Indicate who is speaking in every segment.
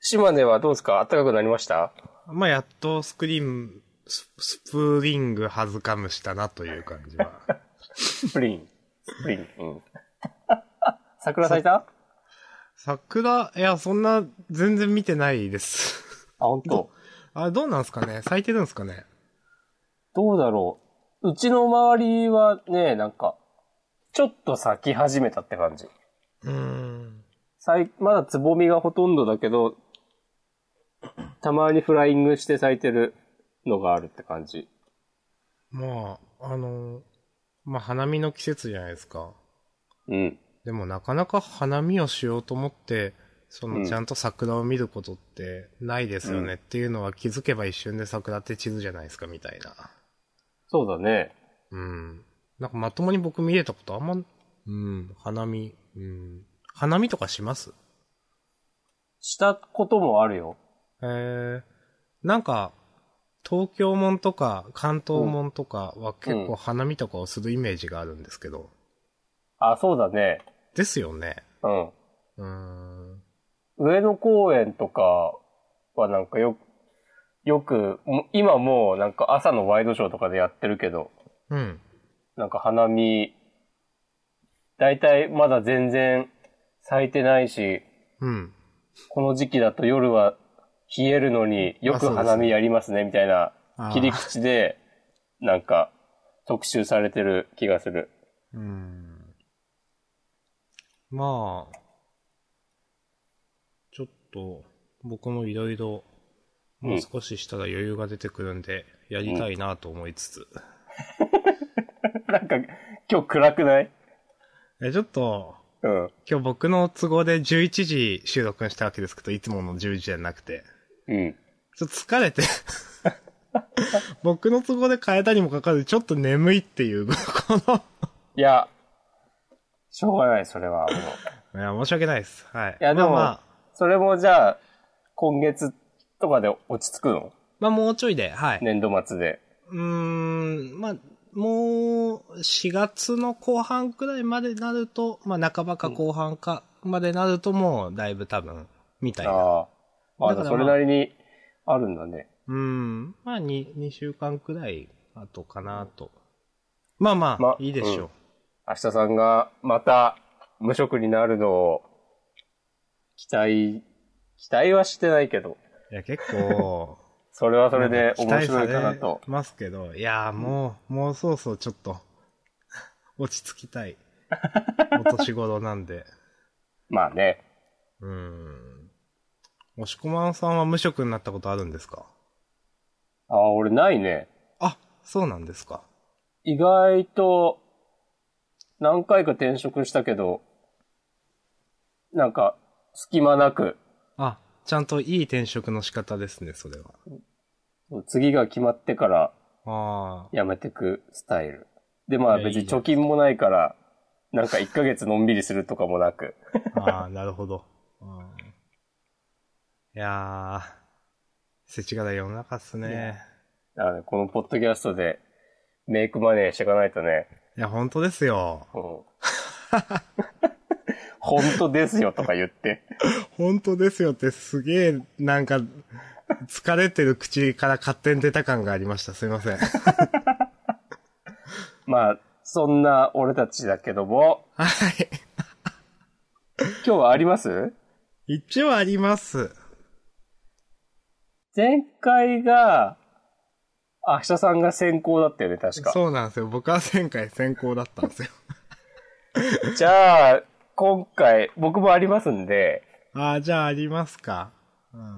Speaker 1: 島根はどうですか暖かくなりました
Speaker 2: まあ、やっとスクリーン、ススプリングはずかむしたなという感じ は。
Speaker 1: プリン。プリン。うん。桜咲いたあ、
Speaker 2: 桜、いや、そんな、全然見てないです。
Speaker 1: 本当。
Speaker 2: あ、どうなんすかね咲いてるんすかね
Speaker 1: どうだろう。うちの周りはね、なんか、ちょっと咲き始めたって感じ。
Speaker 2: うーん。
Speaker 1: さいまだつぼみがほとんどだけど、たまにフライングして咲いてるのがあるって感じ。
Speaker 2: まあ、あの、まあ、花見の季節じゃないですか。
Speaker 1: うん。
Speaker 2: でもなかなか花見をしようと思って、そ
Speaker 1: うん
Speaker 2: のちゃんと桜を見ることってないですよね、っていうのは気づけば一瞬で桜って散るじゃないですかみたいな。
Speaker 1: そうだね。
Speaker 2: うん。なんかまともに僕見れたことあんま、うん、花見、うん。花見とかします
Speaker 1: したこともあるよ。
Speaker 2: えー、なんか、東京門とか関東門とかは結
Speaker 1: うん
Speaker 2: 構花見とかをするイメージがあるんですけど。
Speaker 1: あ、そうだね。
Speaker 2: ですよね。
Speaker 1: うん。
Speaker 2: うーん。
Speaker 1: 上野公園とかはなんかよ、よく、も今もうなんか朝のワイドショーとかでやってるけど、
Speaker 2: うん。
Speaker 1: なんか花見、だいたいまだ全然咲いてないし、
Speaker 2: うん。
Speaker 1: この時期だと夜は冷えるのによ
Speaker 2: あ
Speaker 1: く
Speaker 2: そうですね
Speaker 1: 花見やりますね、みたいな
Speaker 2: あー
Speaker 1: 切り口で、なんか特集されてる気がする。
Speaker 2: うん。まあ、ちょっと、僕もいろいろ、もう少ししたら余裕が出てくるんで、やりたいなと思いつつ。
Speaker 1: なんか今日暗くない
Speaker 2: え、ちょっと、
Speaker 1: うん。
Speaker 2: 今日僕の都合で11時収録したわけですけど、いつもの10時じゃなくて。
Speaker 1: うん。
Speaker 2: ちょっと 疲れて。僕の都合で変えたにもかかわらず、ちょっと眠いっていう、この。
Speaker 1: いや、しょうがない、それは。もう
Speaker 2: いや、申し訳ないです。はい。
Speaker 1: いや、でも、
Speaker 2: まあまあ
Speaker 1: それもじゃあ、今月とかで落ち着くの
Speaker 2: まあもうちょいで、はい。
Speaker 1: 年度末で。
Speaker 2: うーん、まあ、もう、4月の後半くらいまでなると、まあ、半ばか後半かまでなると、もう、だいぶ多分、みたいな。
Speaker 1: ああ。まあ、
Speaker 2: だからま
Speaker 1: そ
Speaker 2: あ
Speaker 1: れなりにあるんだね。
Speaker 2: うん、まあ、2、2週間くらい、あとかなと。まあまあ、
Speaker 1: ま
Speaker 2: いいでしょう。
Speaker 1: うん明日さんがまた無職になるのを期待、期待はしてないけど、
Speaker 2: いや、結構、
Speaker 1: それ はそれで
Speaker 2: 期
Speaker 1: 面
Speaker 2: 待
Speaker 1: 白いかな
Speaker 2: さ
Speaker 1: と
Speaker 2: れ。ますけど、いやー、もう、もうそうそう、ちょっと、落ち着き たい。お年頃なんで。
Speaker 1: まあね。
Speaker 2: うん。押しこまんさんは無職になったことあるんですか
Speaker 1: ああ、俺ないね。
Speaker 2: あ、そうなんですか。
Speaker 1: 意外と、何回か転職したけど、なんか、隙間なく、
Speaker 2: あ、ちゃんといい転職の仕方ですね、それは。
Speaker 1: 次が決まってから
Speaker 2: ああ。
Speaker 1: やめてくスタイル。で、まあ
Speaker 2: いや
Speaker 1: 別
Speaker 2: い
Speaker 1: に
Speaker 2: いじゃ
Speaker 1: 貯
Speaker 2: ん
Speaker 1: 金もないから、なんか1ヶ月のんびりするとかもなく。
Speaker 2: ああ、 なるほど。うんいやー、世知辛い世の中っすね。
Speaker 1: だからねこのポッドキャストでメイクマネーしていかないとね。
Speaker 2: いや、本当ですよ。
Speaker 1: うん。 本当ですよとか言って。
Speaker 2: 本当ですよってすげえ、なんか、疲れてる口から勝手に出た感がありました。すいません。
Speaker 1: まあ、そんな俺たちだけども、
Speaker 2: はい。
Speaker 1: 今日はあります
Speaker 2: 一応あります。
Speaker 1: 前回が、明日さんが先行だったよね、確か。
Speaker 2: そうなんですよ。僕は前回先行だったんですよ。
Speaker 1: じゃあ、今回、僕もありますんで、
Speaker 2: ああ、じゃあありますか。うん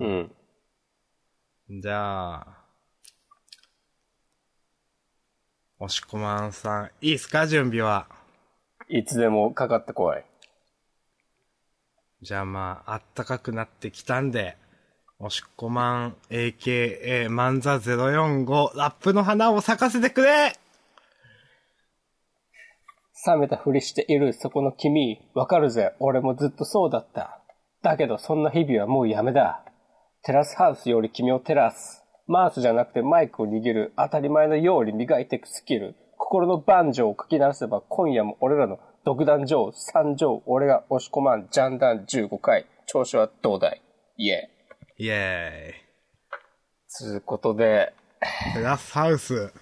Speaker 1: うん。
Speaker 2: じゃあ、おしこまんさん、いいっすか準備は。
Speaker 1: いつでもかかってこい。
Speaker 2: じゃあまあ、あったかくなってきたんで、おしこまん AKA 漫座045ラップの花を咲かせてくれ
Speaker 1: 冷めたふりしているそこの君、わかるぜ、俺もずっとそうだった。だけどそんな日々はもうやめだ。テラスハウスより君を照らす。マウスじゃなくてマイクを握る、当たり前のように磨いていくスキル。心の万丈を書き鳴らせば今夜も俺らの独壇場、三条、俺が押し込まん、ジャンダン15回、調子はどうだいイエー。
Speaker 2: イェ
Speaker 1: つうことで、
Speaker 2: ーイ。テラスハウス。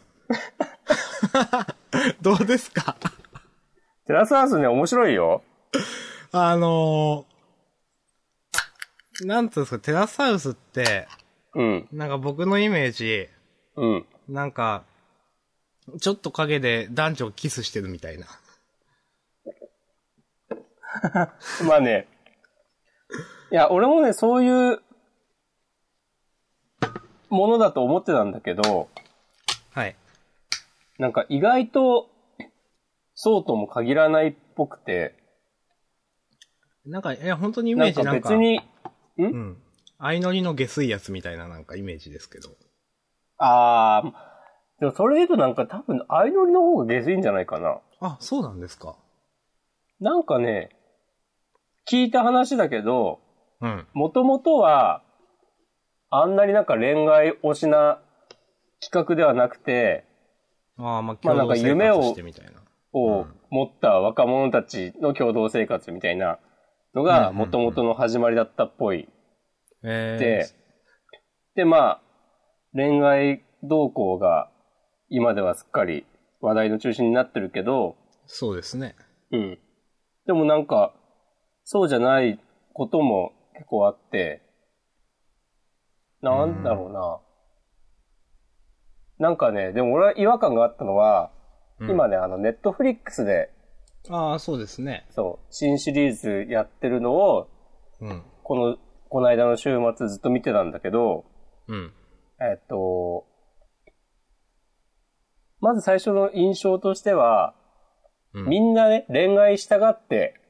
Speaker 2: どうですか
Speaker 1: テラスハウスね、面白いよ。
Speaker 2: あのー、なんつうんですか、テラスハウスって、
Speaker 1: うん、
Speaker 2: なんか僕のイメージ、
Speaker 1: うん。
Speaker 2: なんか、ちょっと影で男女をキスしてるみたいな。
Speaker 1: まあね。いや、俺もね、そういうものだと思ってたんだけど、
Speaker 2: はい。
Speaker 1: なんか意外と、そうとも限らないっぽくて、
Speaker 2: なんか、いや、本当にイメ
Speaker 1: なん
Speaker 2: ージ
Speaker 1: か
Speaker 2: なんか、
Speaker 1: 別に、
Speaker 2: うん。相乗りの下水やつみたいななんかイメージですけど。
Speaker 1: あー、でもそれで言うとなんか多分、相乗りの方が下水んじゃないかな。
Speaker 2: あ、そうなんですか。
Speaker 1: なんかね、聞いた話だけど、
Speaker 2: うん。
Speaker 1: もともとは、あんなになんか恋愛推しな企画ではなくて、
Speaker 2: ああ、
Speaker 1: ま
Speaker 2: まあ、
Speaker 1: あ
Speaker 2: 共
Speaker 1: なん
Speaker 2: 同
Speaker 1: か
Speaker 2: 生
Speaker 1: 夢を
Speaker 2: 活してみたいな。う
Speaker 1: を
Speaker 2: ん
Speaker 1: 持った若者たちの共同生活みたいなの
Speaker 2: う
Speaker 1: が
Speaker 2: んうんうん
Speaker 1: 元々の始まりだったっぽい。
Speaker 2: え
Speaker 1: で、でまあ、恋愛動向が今ではすっかり話題の中心になってるけど、
Speaker 2: ー、そうですね。
Speaker 1: うん。でもなんか、そうじゃないことも結構あって、なんだろうな。なんかね、でも俺は違和感があったのは、
Speaker 2: うん
Speaker 1: 今ね、あの、ネットフリックスで、
Speaker 2: ああ、そうですね。
Speaker 1: そう、新シリーズやってるのを、
Speaker 2: うん。
Speaker 1: この、この間の週末ずっと見てたんだけど、
Speaker 2: うん。
Speaker 1: えっと、まず最初の印象としては、
Speaker 2: うん
Speaker 1: みんなね、恋愛したがって、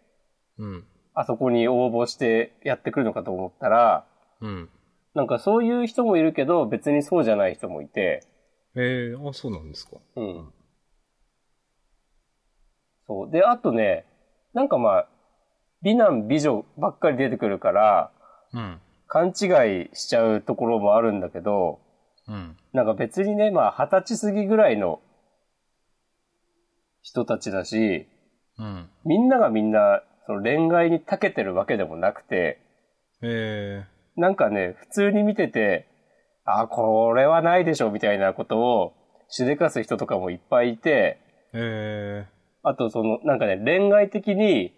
Speaker 2: うん。
Speaker 1: あそこに応募してやってくるのかと思ったら、
Speaker 2: うん。
Speaker 1: なんかそういう人もいるけど、別にそうじゃない人もいて、
Speaker 2: ええあ、そうなんですか。
Speaker 1: うん。そう。で、あとね、なんかまあ、美男美女ばっかり出てくるから、
Speaker 2: うん。
Speaker 1: 勘違いしちゃうところもあるんだけど、
Speaker 2: うん。
Speaker 1: なんか別にね、まあ二十歳過ぎぐらいの人たちだし、
Speaker 2: うん。
Speaker 1: みんながみんな、その恋愛に長けてるわけでもなくて、
Speaker 2: え
Speaker 1: なんかね、普通に見てて、あ、これはないでしょ、みたいなことを、しでかす人とかもいっぱいいて、
Speaker 2: ええ
Speaker 1: あとその、なんかね、恋愛的に、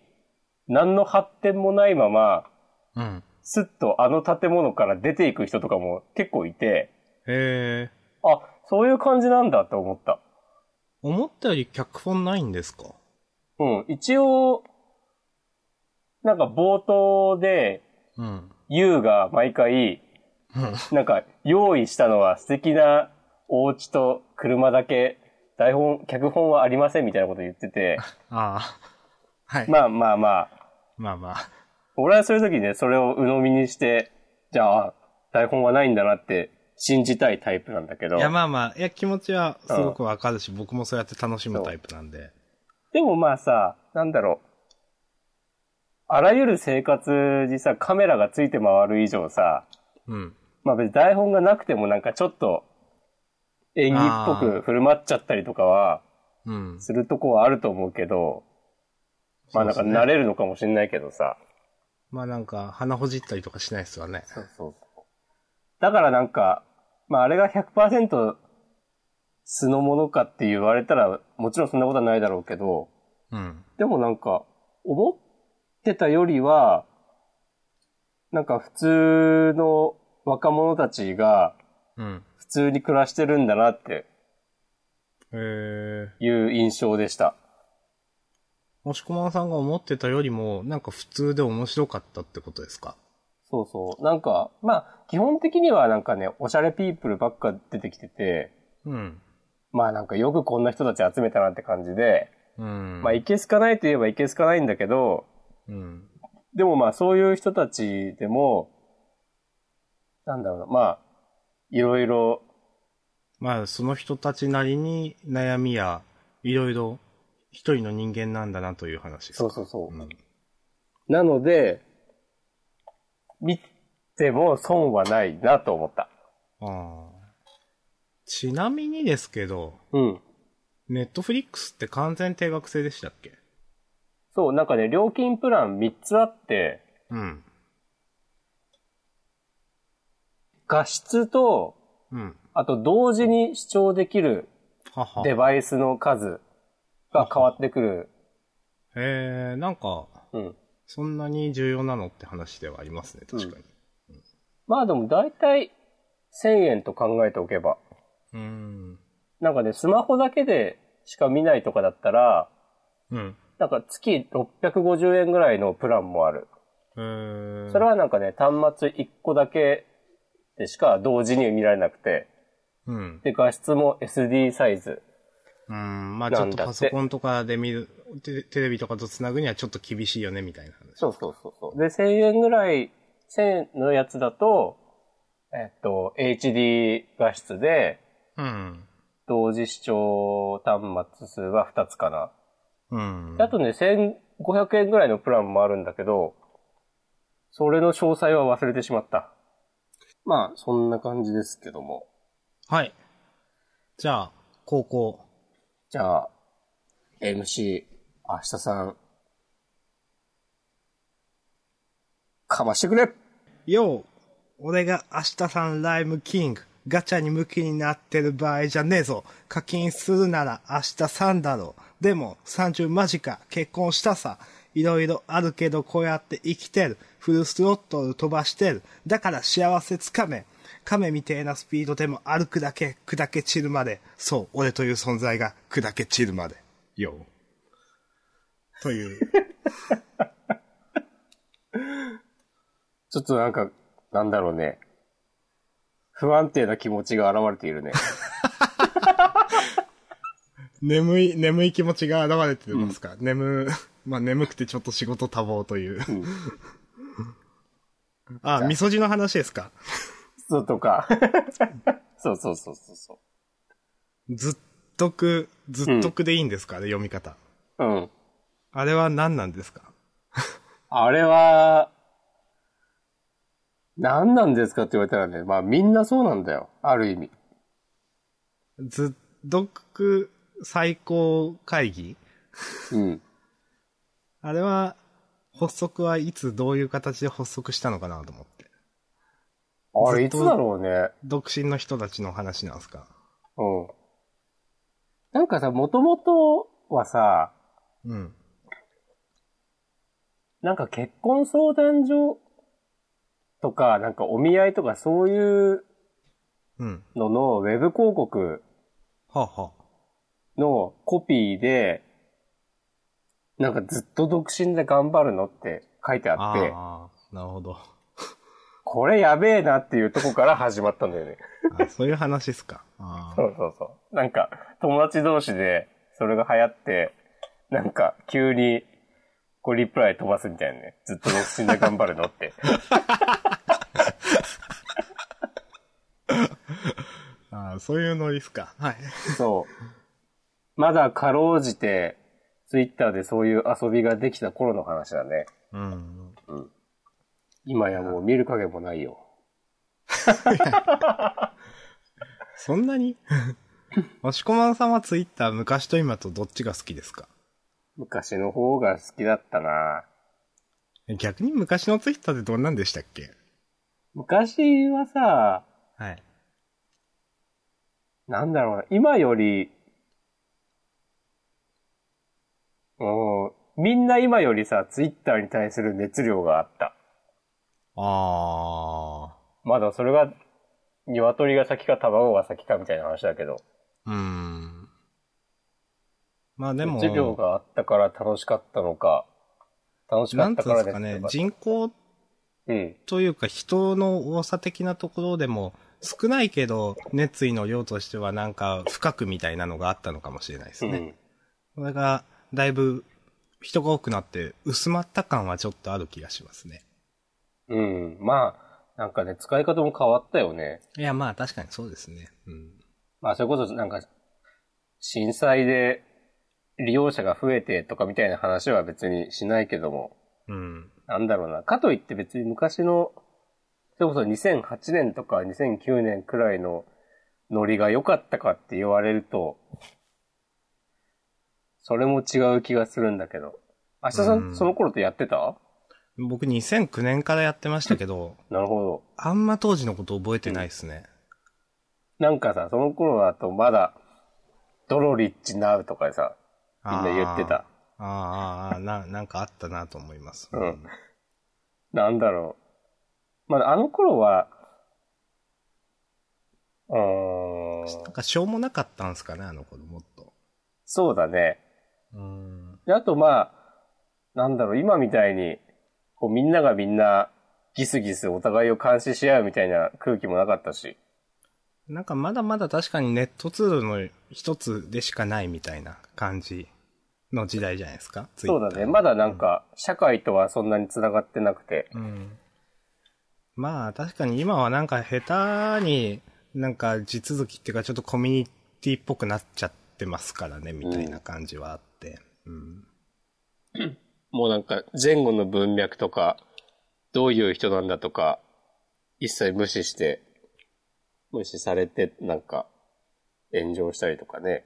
Speaker 1: 何の発展もないまま、
Speaker 2: えうん。
Speaker 1: すっとあの建物から出ていく人とかも結構いて、
Speaker 2: ええ
Speaker 1: あ、そういう感じなんだって思った。
Speaker 2: 思ったより脚本ないんですか
Speaker 1: うん、一応、なんか冒頭で、
Speaker 2: うん。
Speaker 1: ユウが毎回、
Speaker 2: うん。
Speaker 1: なんか、用意したのは素敵なお家と車だけ、台本、脚本はありませんみたいなこと言ってて、
Speaker 2: ああ。はい。ま、
Speaker 1: まあまあまあ、
Speaker 2: あまあ。
Speaker 1: 俺はそういう時ね、それを鵜呑みにして、じゃあ、台本はないんだなって信じたいタイプなんだけど
Speaker 2: い、や、まあまあ。いや、気持ちはすごくわかるし、僕もそうやって楽しむタイプなんで。
Speaker 1: でもまあさ、なんだろう、あらゆる生活にさ、カメラがついて回る以上さ、
Speaker 2: うん。
Speaker 1: まあ別に台本がなくてもなんかちょっと演技っぽく振る舞っちゃったりとかは
Speaker 2: うん。
Speaker 1: するとこはあると思うけど、まあなんか
Speaker 2: そうですね
Speaker 1: 慣れるのかもしれないけどさ。
Speaker 2: まあなんか、鼻ほじったりとかしないですわね。
Speaker 1: そうそうだからなんか、まああれが100%素のものかって言われたら、もちろんそんなことはないだろうけど、
Speaker 2: うん。
Speaker 1: でもなんか、思ってたよりは、なんか普通の若者たちが
Speaker 2: うん。
Speaker 1: 普通に暮らしてるんだなって
Speaker 2: ええー。
Speaker 1: いう印象でした。
Speaker 2: もしこまんさんが思ってたよりも、なんか普通で面白かったってことですか
Speaker 1: そうそう。なんか、まあ、基本的にはなんかね、おしゃれピープルばっか出てきてて、
Speaker 2: うん。
Speaker 1: まあなんかよくこんな人たち集めたなって感じで、
Speaker 2: うん。
Speaker 1: まあいけすかないといえばいけすかないんだけど、
Speaker 2: うん。
Speaker 1: でもまあそういう人たちでも、なんだろうな、まあ、いろいろ、
Speaker 2: まあ、その人たちなりに悩みや、いろいろ、一人の人間なんだなという話です
Speaker 1: そう
Speaker 2: か。
Speaker 1: そうそうう。
Speaker 2: ん。
Speaker 1: なので、見ても損はないなと思った。
Speaker 2: ああ。ちなみにですけど、
Speaker 1: うん。
Speaker 2: ネットフリックスって完全定額制でしたっけ
Speaker 1: そう、なんかね、料金プラン3つあって、
Speaker 2: うん。
Speaker 1: 画質と、
Speaker 2: うん。
Speaker 1: あと同時に視聴できる
Speaker 2: はは。
Speaker 1: デバイスの数が変わってくる。
Speaker 2: えー、なんか、
Speaker 1: うん。
Speaker 2: そんなに重要なのって話ではありますね、確かに。
Speaker 1: まあでも大体1000円と考えておけば。
Speaker 2: うーん。
Speaker 1: なんかね、スマホだけでしか見ないとかだったら、
Speaker 2: うん。
Speaker 1: なんか月650円ぐらいのプランもある。
Speaker 2: えー、
Speaker 1: それはなんかね、端末1個だけでしか同時に見られなくて、
Speaker 2: うん。
Speaker 1: で、画質も SD サイズ。
Speaker 2: うん。まあちょっとパソコンとかで見る、テテレビとかと繋ぐにはちょっと厳しいよね、みたいな話。
Speaker 1: そうそうそうそう。で、1000円ぐらい、1000円のやつだと、えっと、HD 画質で、
Speaker 2: うん。
Speaker 1: 同時視聴端末数は2つかな。
Speaker 2: うん。
Speaker 1: であとね、1500円ぐらいのプランもあるんだけど、それの詳細は忘れてしまった。まあ、そんな感じですけども。
Speaker 2: はい。じゃあ、高校。
Speaker 1: じゃあ、MC、明日さん、かましてくれ
Speaker 2: よう、俺が明日さんライムキング。ガチャに向きになってる場合じゃねえぞ。課金するなら明日さんだろう。でも、30間近、結婚したさ。いろいろあるけどこうやって生きてる。フルスロットル飛ばしてる。だから幸せつかめ。亀みてえなスピードでも歩くだけ、砕け散るまで。そう、俺という存在が砕け散るまで。よう。という。
Speaker 1: ちょっとなんか、なんだろうね。不安定な気持ちが現れているね。
Speaker 2: 眠い、眠い気持ちが現れてますか、眠、まあ眠くてちょっと仕事多忙という。あ、みそじの話ですか
Speaker 1: そうとか。そうそうそうそうそ
Speaker 2: ずっとく、ずっとくでいいんですかね、読み方。
Speaker 1: う。うん。
Speaker 2: あれは何なんですか
Speaker 1: あれは、何なんですかって言われたらね、まあみんなそうなんだよ。ある意味。
Speaker 2: ずっとく最高会議
Speaker 1: うん。
Speaker 2: あれは、発足はいつどういう形で発足したのかなと思って。
Speaker 1: あ
Speaker 2: ず
Speaker 1: れ、
Speaker 2: っ
Speaker 1: い
Speaker 2: と
Speaker 1: つだろうね。
Speaker 2: 独身の人たちの話なんですか
Speaker 1: うん。なんかさ、もともとはさ、
Speaker 2: うん。
Speaker 1: なんか結婚相談所とか、なんかお見合いとかそういう
Speaker 2: うん。
Speaker 1: ののウェブ広告
Speaker 2: はあ、はあ、
Speaker 1: のコピーで、なんかずっと独身で頑張るのって書いてあって、
Speaker 2: ああ、なるほど。
Speaker 1: これやべえなっていうとこから始まったんだよね。
Speaker 2: あそういう話ですか。あ
Speaker 1: そうそうそう。なんか、友達同士で、それが流行って、なんか、急に、こう、リプライ飛ばすみたいなね。ずっと独身で頑張るのって。
Speaker 2: あああ、そういうノリですか。はい。
Speaker 1: そう。まだかろうじて、ツイッターでそういう遊びができた頃の話だね。
Speaker 2: うん。
Speaker 1: 今やもう見る影もないよ。
Speaker 2: そんな に押しこまんさんはツイッター昔と今とどっちが好きですか
Speaker 1: 昔の方が好きだったな
Speaker 2: 逆に昔のツイッターってどんなんでしたっけ
Speaker 1: 昔はさ、
Speaker 2: はい。
Speaker 1: なんだろうな、今より、うん、みんな今よりさ、ツイッターに対する熱量があった。
Speaker 2: あ
Speaker 1: まだそれが、鶏が先か卵が先かみたいな話だけど、
Speaker 2: ー。うん。まあでも、
Speaker 1: 熱量があったから楽しかったのか、楽し
Speaker 2: な
Speaker 1: か
Speaker 2: ん
Speaker 1: った
Speaker 2: つう
Speaker 1: か
Speaker 2: んで
Speaker 1: ら
Speaker 2: すかね、
Speaker 1: 熱
Speaker 2: 人
Speaker 1: 量
Speaker 2: 口
Speaker 1: がうん。
Speaker 2: というか人の多さ的なところでも少ないけど熱意の量としてはなんか深くみたいなのがあったのかもしれないですね。
Speaker 1: うん
Speaker 2: これが、だいぶ、人が多くなって、薄まった感はちょっとある気がしますね。
Speaker 1: うん。まあ、なんかね、使い方も変わったよね。
Speaker 2: いや、まあ確かにそうですね。うん。
Speaker 1: まあ、それこそなんか、震災で利用者が増えてとかみたいな話は別にしないけども、
Speaker 2: うん。
Speaker 1: なんだろうな。かといって別に昔の、それこそ2008年とか2009年くらいのノリが良かったかって言われると、それも違う気がするんだけど。明日さん、
Speaker 2: うん
Speaker 1: その頃とやってた
Speaker 2: 僕2009年からやってましたけど、
Speaker 1: なるほど。
Speaker 2: あんま当時のこと覚えてないですね。
Speaker 1: なんかさ、その頃だとまだ、ドロリッチナウとかでさ、みんな言ってた。
Speaker 2: あー。あーあー、な、なんかあったなと思います。
Speaker 1: うん。なんだろう。まあ、あの頃は、うー
Speaker 2: なんん、かしょうもなかったんすかね、あの子もっと。
Speaker 1: そうだね。
Speaker 2: うん。
Speaker 1: であとまあ、なんだろう、今みたいに、こうみんながみんな、ギスギスお互いを監視し合うみたいな空気もなかったし。
Speaker 2: なんかまだまだ確かにネットツールの一つでしかないみたいな感じの時代じゃないですか。
Speaker 1: そうだ
Speaker 2: Twitter
Speaker 1: ね。まだなんか、社会とはそんなに繋がってなくて。
Speaker 2: うん。まあ確かに今はなんか下手になんか地続きっていうかちょっとコミュニティっぽくなっちゃってますからねみたいな感じはあって。うん。
Speaker 1: もうなんか、前後の文脈とか、どういう人なんだとか、一切無視して、無視されて、なんか、炎上したりとか ね。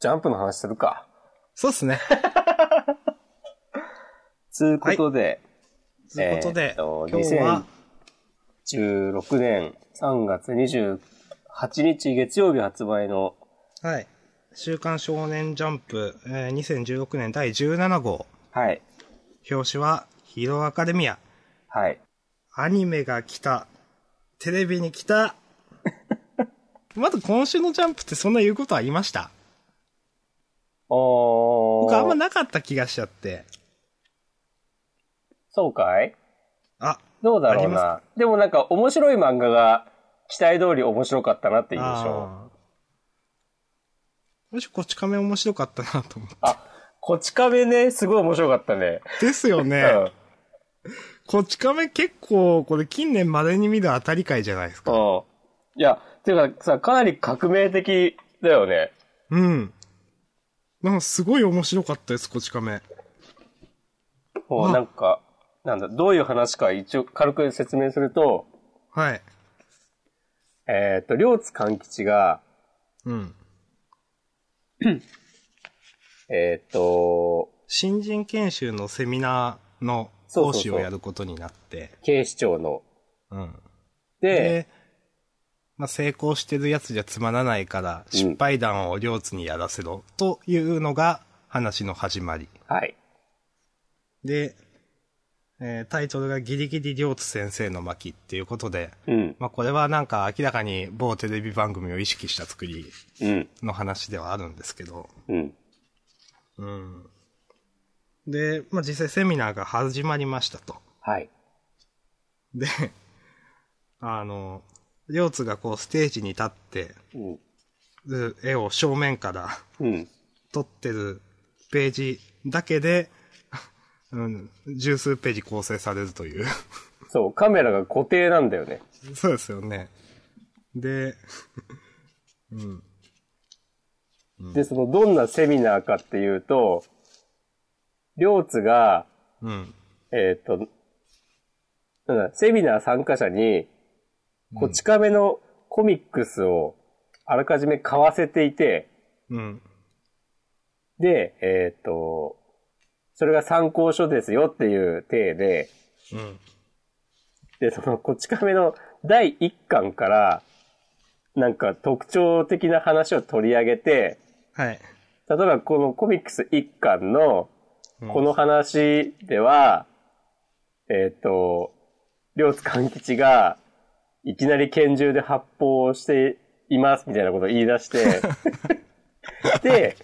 Speaker 1: ジャンプの話するか。
Speaker 2: そうっすね。
Speaker 1: つうことで、
Speaker 2: ということで、
Speaker 1: えーっと
Speaker 2: 今日は、
Speaker 1: 16年3月28日月曜日発売の、
Speaker 2: はい。週刊少年ジャンプ、えー2016年第17号。
Speaker 1: はい、
Speaker 2: 表紙は、ヒーローアカデミア。
Speaker 1: はい。
Speaker 2: アニメが来た。テレビに来た。 まず今週のジャンプってそんな言うことありました
Speaker 1: お
Speaker 2: 僕あんま
Speaker 1: な、
Speaker 2: なかった気がしちゃって。
Speaker 1: そうかい
Speaker 2: あ、
Speaker 1: どうだろ
Speaker 2: あ
Speaker 1: う
Speaker 2: りま
Speaker 1: な。でもなんか面白い漫画が期待通り面白かったなっていう印象。
Speaker 2: あーもしこち亀面白かったなと思っ
Speaker 1: あ、こち亀ね、すごい面白かったね。
Speaker 2: て。 ですよ
Speaker 1: う
Speaker 2: ね。
Speaker 1: ん。
Speaker 2: こち亀結構、これ近年までに見る当たり会じゃないですか。
Speaker 1: うん。いや、ていうかさ、かなり革命的だよね。
Speaker 2: うん。なんかすごい面白かったです、こち亀。
Speaker 1: も
Speaker 2: う
Speaker 1: うんなんか、なんだ、どういう話か一応軽く説明すると、
Speaker 2: はい。
Speaker 1: えっ、と、両津勘吉が、
Speaker 2: うん。
Speaker 1: えっ、と、
Speaker 2: 新人研修のセミナーの講師をやることになって。
Speaker 1: 警視庁の。
Speaker 2: うん。
Speaker 1: で、
Speaker 2: で、まあ、成功してるやつじゃつまらないから、
Speaker 1: うん
Speaker 2: 失敗談を両津にやらせろ、というのが話の始まり。
Speaker 1: はい。
Speaker 2: で、えータイトルがギリギリ両津先生の巻っていうことで、
Speaker 1: うん。
Speaker 2: まあ、これはなんか明らかに某テレビ番組を意識した作り
Speaker 1: うん。
Speaker 2: の話ではあるんですけど、
Speaker 1: うん。
Speaker 2: うん。で、まあ、実際セミナーが始まりましたと。
Speaker 1: はい。
Speaker 2: で、あの、両津がこうステージに立って
Speaker 1: うん。
Speaker 2: る絵を正面から
Speaker 1: うん。
Speaker 2: 撮ってるページだけで、 うん、十数ページ構成されるという。
Speaker 1: そう、カメラが固定なんだよね。
Speaker 2: そうですよね。で、うん。
Speaker 1: で、その、どんなセミナーかっていうと、両津が、
Speaker 2: うん。
Speaker 1: えっ、と、なんだ、セミナー参加者に、こち亀のコミックスをあらかじめ買わせていて、
Speaker 2: うん。
Speaker 1: で、えっ、と、それが参考書ですよっていう体で、
Speaker 2: うん。
Speaker 1: で、その、こち亀の第1巻から、なんか特徴的な話を取り上げて、
Speaker 2: はい。
Speaker 1: 例えばこのコミックス1巻の、
Speaker 2: うん
Speaker 1: この話では、えっ、と、両津勘吉が、いきなり拳銃で発砲をしています、みたいなことを言い出して、 で、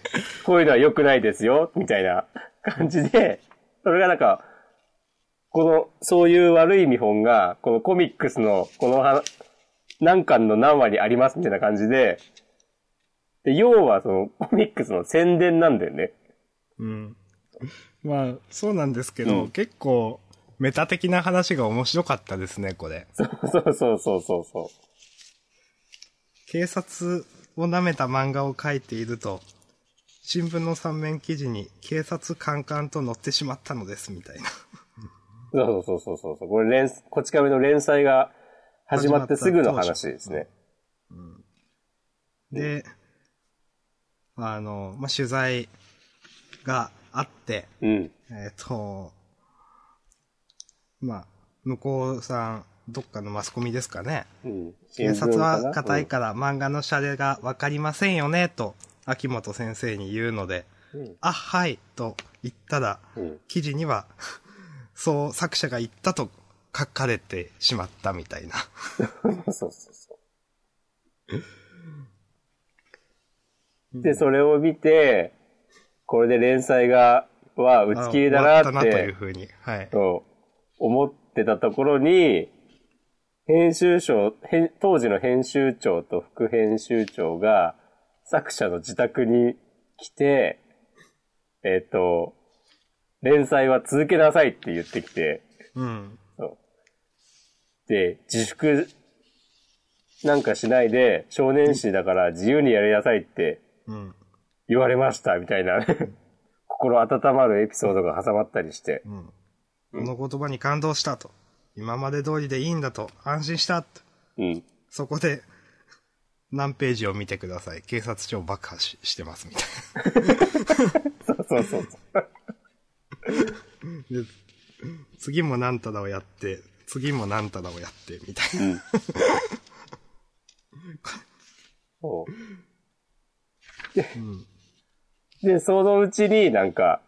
Speaker 1: こういうのは良くないですよ、みたいな感じで、それがなんか、この、そういう悪い見本が、このコミックスの、このは何巻の何話にあります、みたいな感じで、で、要はその、コミックスの宣伝なんだよね。
Speaker 2: うん。まあ、そうなんですけど、
Speaker 1: うん
Speaker 2: 結構、メタ的な話が面白かったですね、これ。
Speaker 1: そうそうそうそうそ
Speaker 2: 警察を舐めた漫画を描いていると、新聞の3面記事に警察カンカンと載ってしまったのです、みたいな。
Speaker 1: う。そうそうそうそうそう。これ連、こち亀の連載が始まってすぐの話ですね。
Speaker 2: で、あの、まあ、取材があって、
Speaker 1: うん。
Speaker 2: えっ、と、まあ、向こうさん、どっかのマスコミですかね。
Speaker 1: うん。
Speaker 2: 警察は硬い
Speaker 1: か
Speaker 2: から漫画のシャレがわかりませんよね、と、秋元先生に言うので、
Speaker 1: ら。うん。
Speaker 2: あ、はい、と言ったら、
Speaker 1: うん。
Speaker 2: 記事には、 そう作者が言ったと書かれてしまったみたいな。
Speaker 1: そうそうそう。で、それを見て、これで連載が、は打ち切りだな
Speaker 2: あ終わ
Speaker 1: っ
Speaker 2: ったなとい
Speaker 1: て、
Speaker 2: うふうに。はい。
Speaker 1: そう、思ってたところに、編集長、編当時の編集長と副編集長が、作者の自宅に来て、えっ、と、連載は続けなさいって言ってきて、
Speaker 2: うん。
Speaker 1: そう。で、自粛なんかしないで、少年誌だから自由にやりなさいって
Speaker 2: うん。
Speaker 1: 言われました、みたいな、 心温まるエピソードが挟まったりして。
Speaker 2: うん。この言葉に感動したと。今まで通りでいいんだと。安心したと。
Speaker 1: うん。
Speaker 2: そこで、何ページを見てください。警察庁爆破ししてますみたい
Speaker 1: そうそうそう。
Speaker 2: な。で次もなんたらをやって、次もなんたらをやって、みたいな。
Speaker 1: うん。 そう
Speaker 2: うん。
Speaker 1: で、そのうちになんか、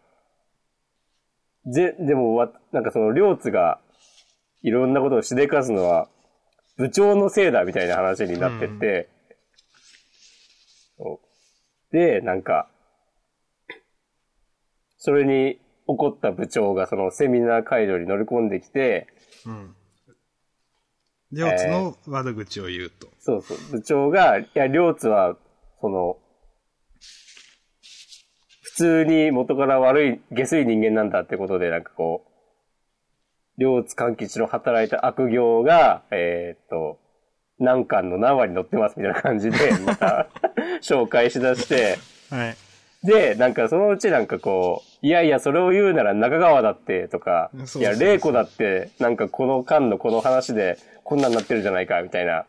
Speaker 1: ぜ、でもわ、なんかその、両津が、いろんなことをしでかすのは、部長のせいだみたいな話になってって、そうで、なんか、それに怒った部長がそのセミナー会場に乗り込んできて、
Speaker 2: うん。両津の悪口を言うと。
Speaker 1: そうそう、部長が、いや、両津は、その、普通に元から悪い、下水人間なんだってことで、なんかこう、両津勘吉の働いた悪行が、えーっと、何巻の何話に載ってますみたいな感じで、また、 紹介しだして、
Speaker 2: はい。
Speaker 1: で、なんかそのうちなんかこう、いやいや、それを言うなら中川だって、とか
Speaker 2: そう、そ
Speaker 1: いう
Speaker 2: そう
Speaker 1: や、玲子だって、なんかこの間のこの話で、こんなんなってるじゃないか、みたいな、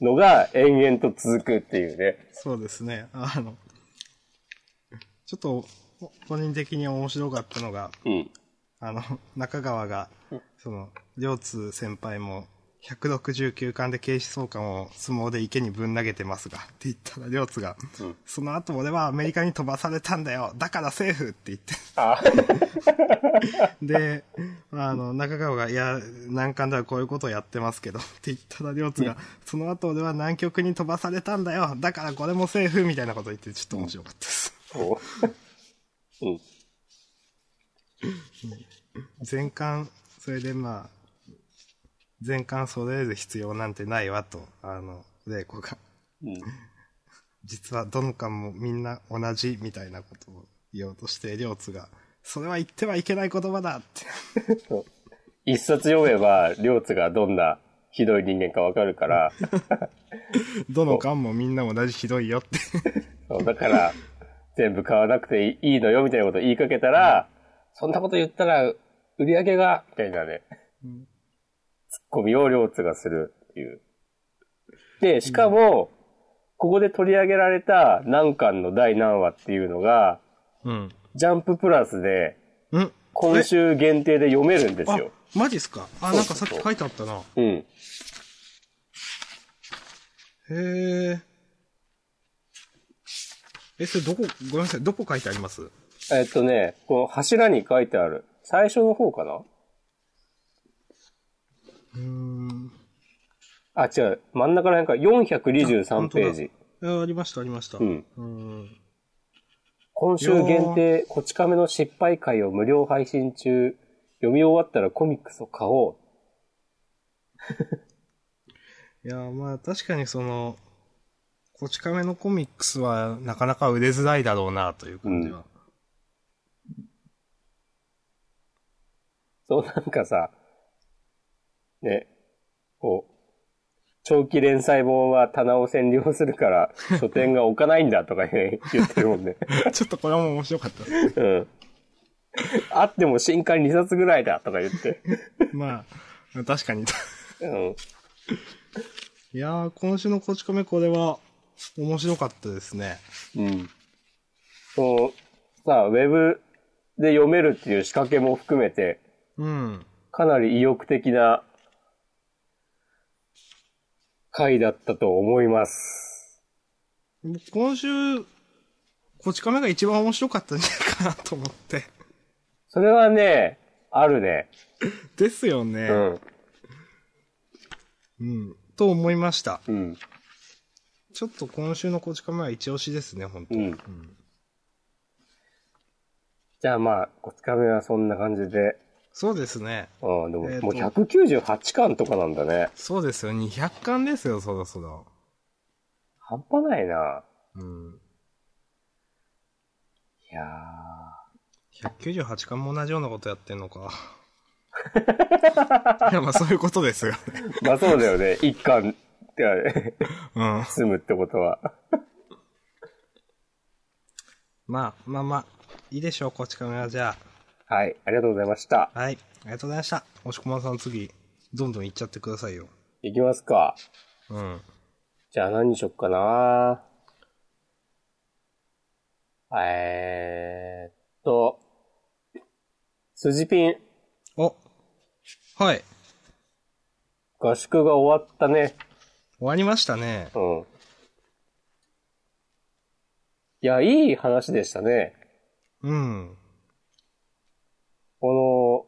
Speaker 1: のが延々と続くっていうね。
Speaker 2: そうですね。あの、ちょっと、お個人的に面白かったのが、
Speaker 1: うん。
Speaker 2: あの、中川が、その、両津先輩も、169巻で警視総監を相撲で池にぶん投げてますが、って言ったら両津が、
Speaker 1: うん
Speaker 2: その後俺はアメリカに飛ばされたんだよだからセーフって言って。
Speaker 1: あ、
Speaker 2: で、あの、中川が、いや、難関ではこういうことをやってますけど、って言ったら両津が、その後俺は南極に飛ばされたんだよだからこれもセーフみたいなこと言って、ちょっと面白かったです。
Speaker 1: そううん。
Speaker 2: 全巻、それでまあ、全巻揃える必要なんてないわと、あの、玲子が、
Speaker 1: うん。
Speaker 2: 実はどの巻もみんな同じみたいなことを言おうとして、両津が、それは言ってはいけない言葉だって。
Speaker 1: そう一冊読めば、両津がどんなひどい人間かわかるから、
Speaker 2: どの巻もみんな同じひどいよって。
Speaker 1: そうだから、全部買わなくていいのよ、みたいなこと言いかけたら、そんなこと言ったら、売り上げが、みたいなね、ツッコミを両津がするっていう。で、しかも、ここで取り上げられた何巻の第何話っていうのが、
Speaker 2: うん。
Speaker 1: ジャンププラスで、
Speaker 2: うん
Speaker 1: 今週限定で読めるんです
Speaker 2: あ
Speaker 1: よ。、
Speaker 2: マジっすかあ、なんかさっき書いてあったな。
Speaker 1: うん。
Speaker 2: へえ。え、それどこ、ごめんなさい、どこ書いてあります
Speaker 1: えっとね、この柱に書いてある、最初の方かな
Speaker 2: うーん。
Speaker 1: あ、違う。真ん中ら辺から423ページ。
Speaker 2: あありました、ありました。
Speaker 1: うん。
Speaker 2: うん
Speaker 1: 今週限定、こち亀の失敗回を無料配信中。読み終わったらコミックスを買おう。
Speaker 2: いやー、まあ確かにその、こち亀のコミックスはなかなか売れづらいだろうなという感じは。
Speaker 1: そう、なんかさ、ね、こう、長期連載本は棚を占領するから、書店が置かないんだとか、ね、言ってるもんね。
Speaker 2: ちょっとこれも面白かった ですね。
Speaker 1: うん。あっても新刊2冊ぐらいだとか言って。
Speaker 2: まあ、確かに。
Speaker 1: うん。
Speaker 2: いやー、今週のこち亀これは面白かったですね。
Speaker 1: うん。その、さ、ウェブで読めるっていう仕掛けも含めて、
Speaker 2: うん。
Speaker 1: かなり意欲的な回だったと思います。
Speaker 2: 今週、こち亀が一番面白かったんじゃないかなと思って。
Speaker 1: それはね、あるね。
Speaker 2: ですよね。
Speaker 1: うん。
Speaker 2: うん。と思いました。
Speaker 1: うん。
Speaker 2: ちょっと今週のこち亀は一押しですね、本当、
Speaker 1: うん。じゃあまあ、こつかめはそんな感じで。
Speaker 2: そうですね。
Speaker 1: うん、でも、
Speaker 2: えーと
Speaker 1: もう198巻とかなんだね。
Speaker 2: そうですよ。200巻ですよ、そろそろ。
Speaker 1: 半端ないな。
Speaker 2: うん。
Speaker 1: いや
Speaker 2: 198巻も同じようなことやってんのか。いや、まあそういうことですよね。
Speaker 1: ー。まあそうだよね。1巻って、
Speaker 2: うん。
Speaker 1: 済むってことは。
Speaker 2: まあまあまあ、いいでしょう、こち亀はじゃ
Speaker 1: はい、ありがとうございました。
Speaker 2: あ。はい。ありがとうございました。おしこまさん次、どんどん行っちゃってくださいよ。
Speaker 1: いきますか。
Speaker 2: うん。
Speaker 1: じゃあ何にしよっかなえーっと、筋ピン、
Speaker 2: おはい。終
Speaker 1: 合宿が終わったね。
Speaker 2: わりましたね。
Speaker 1: うん。いや、いい話でしたね。
Speaker 2: うん。
Speaker 1: こ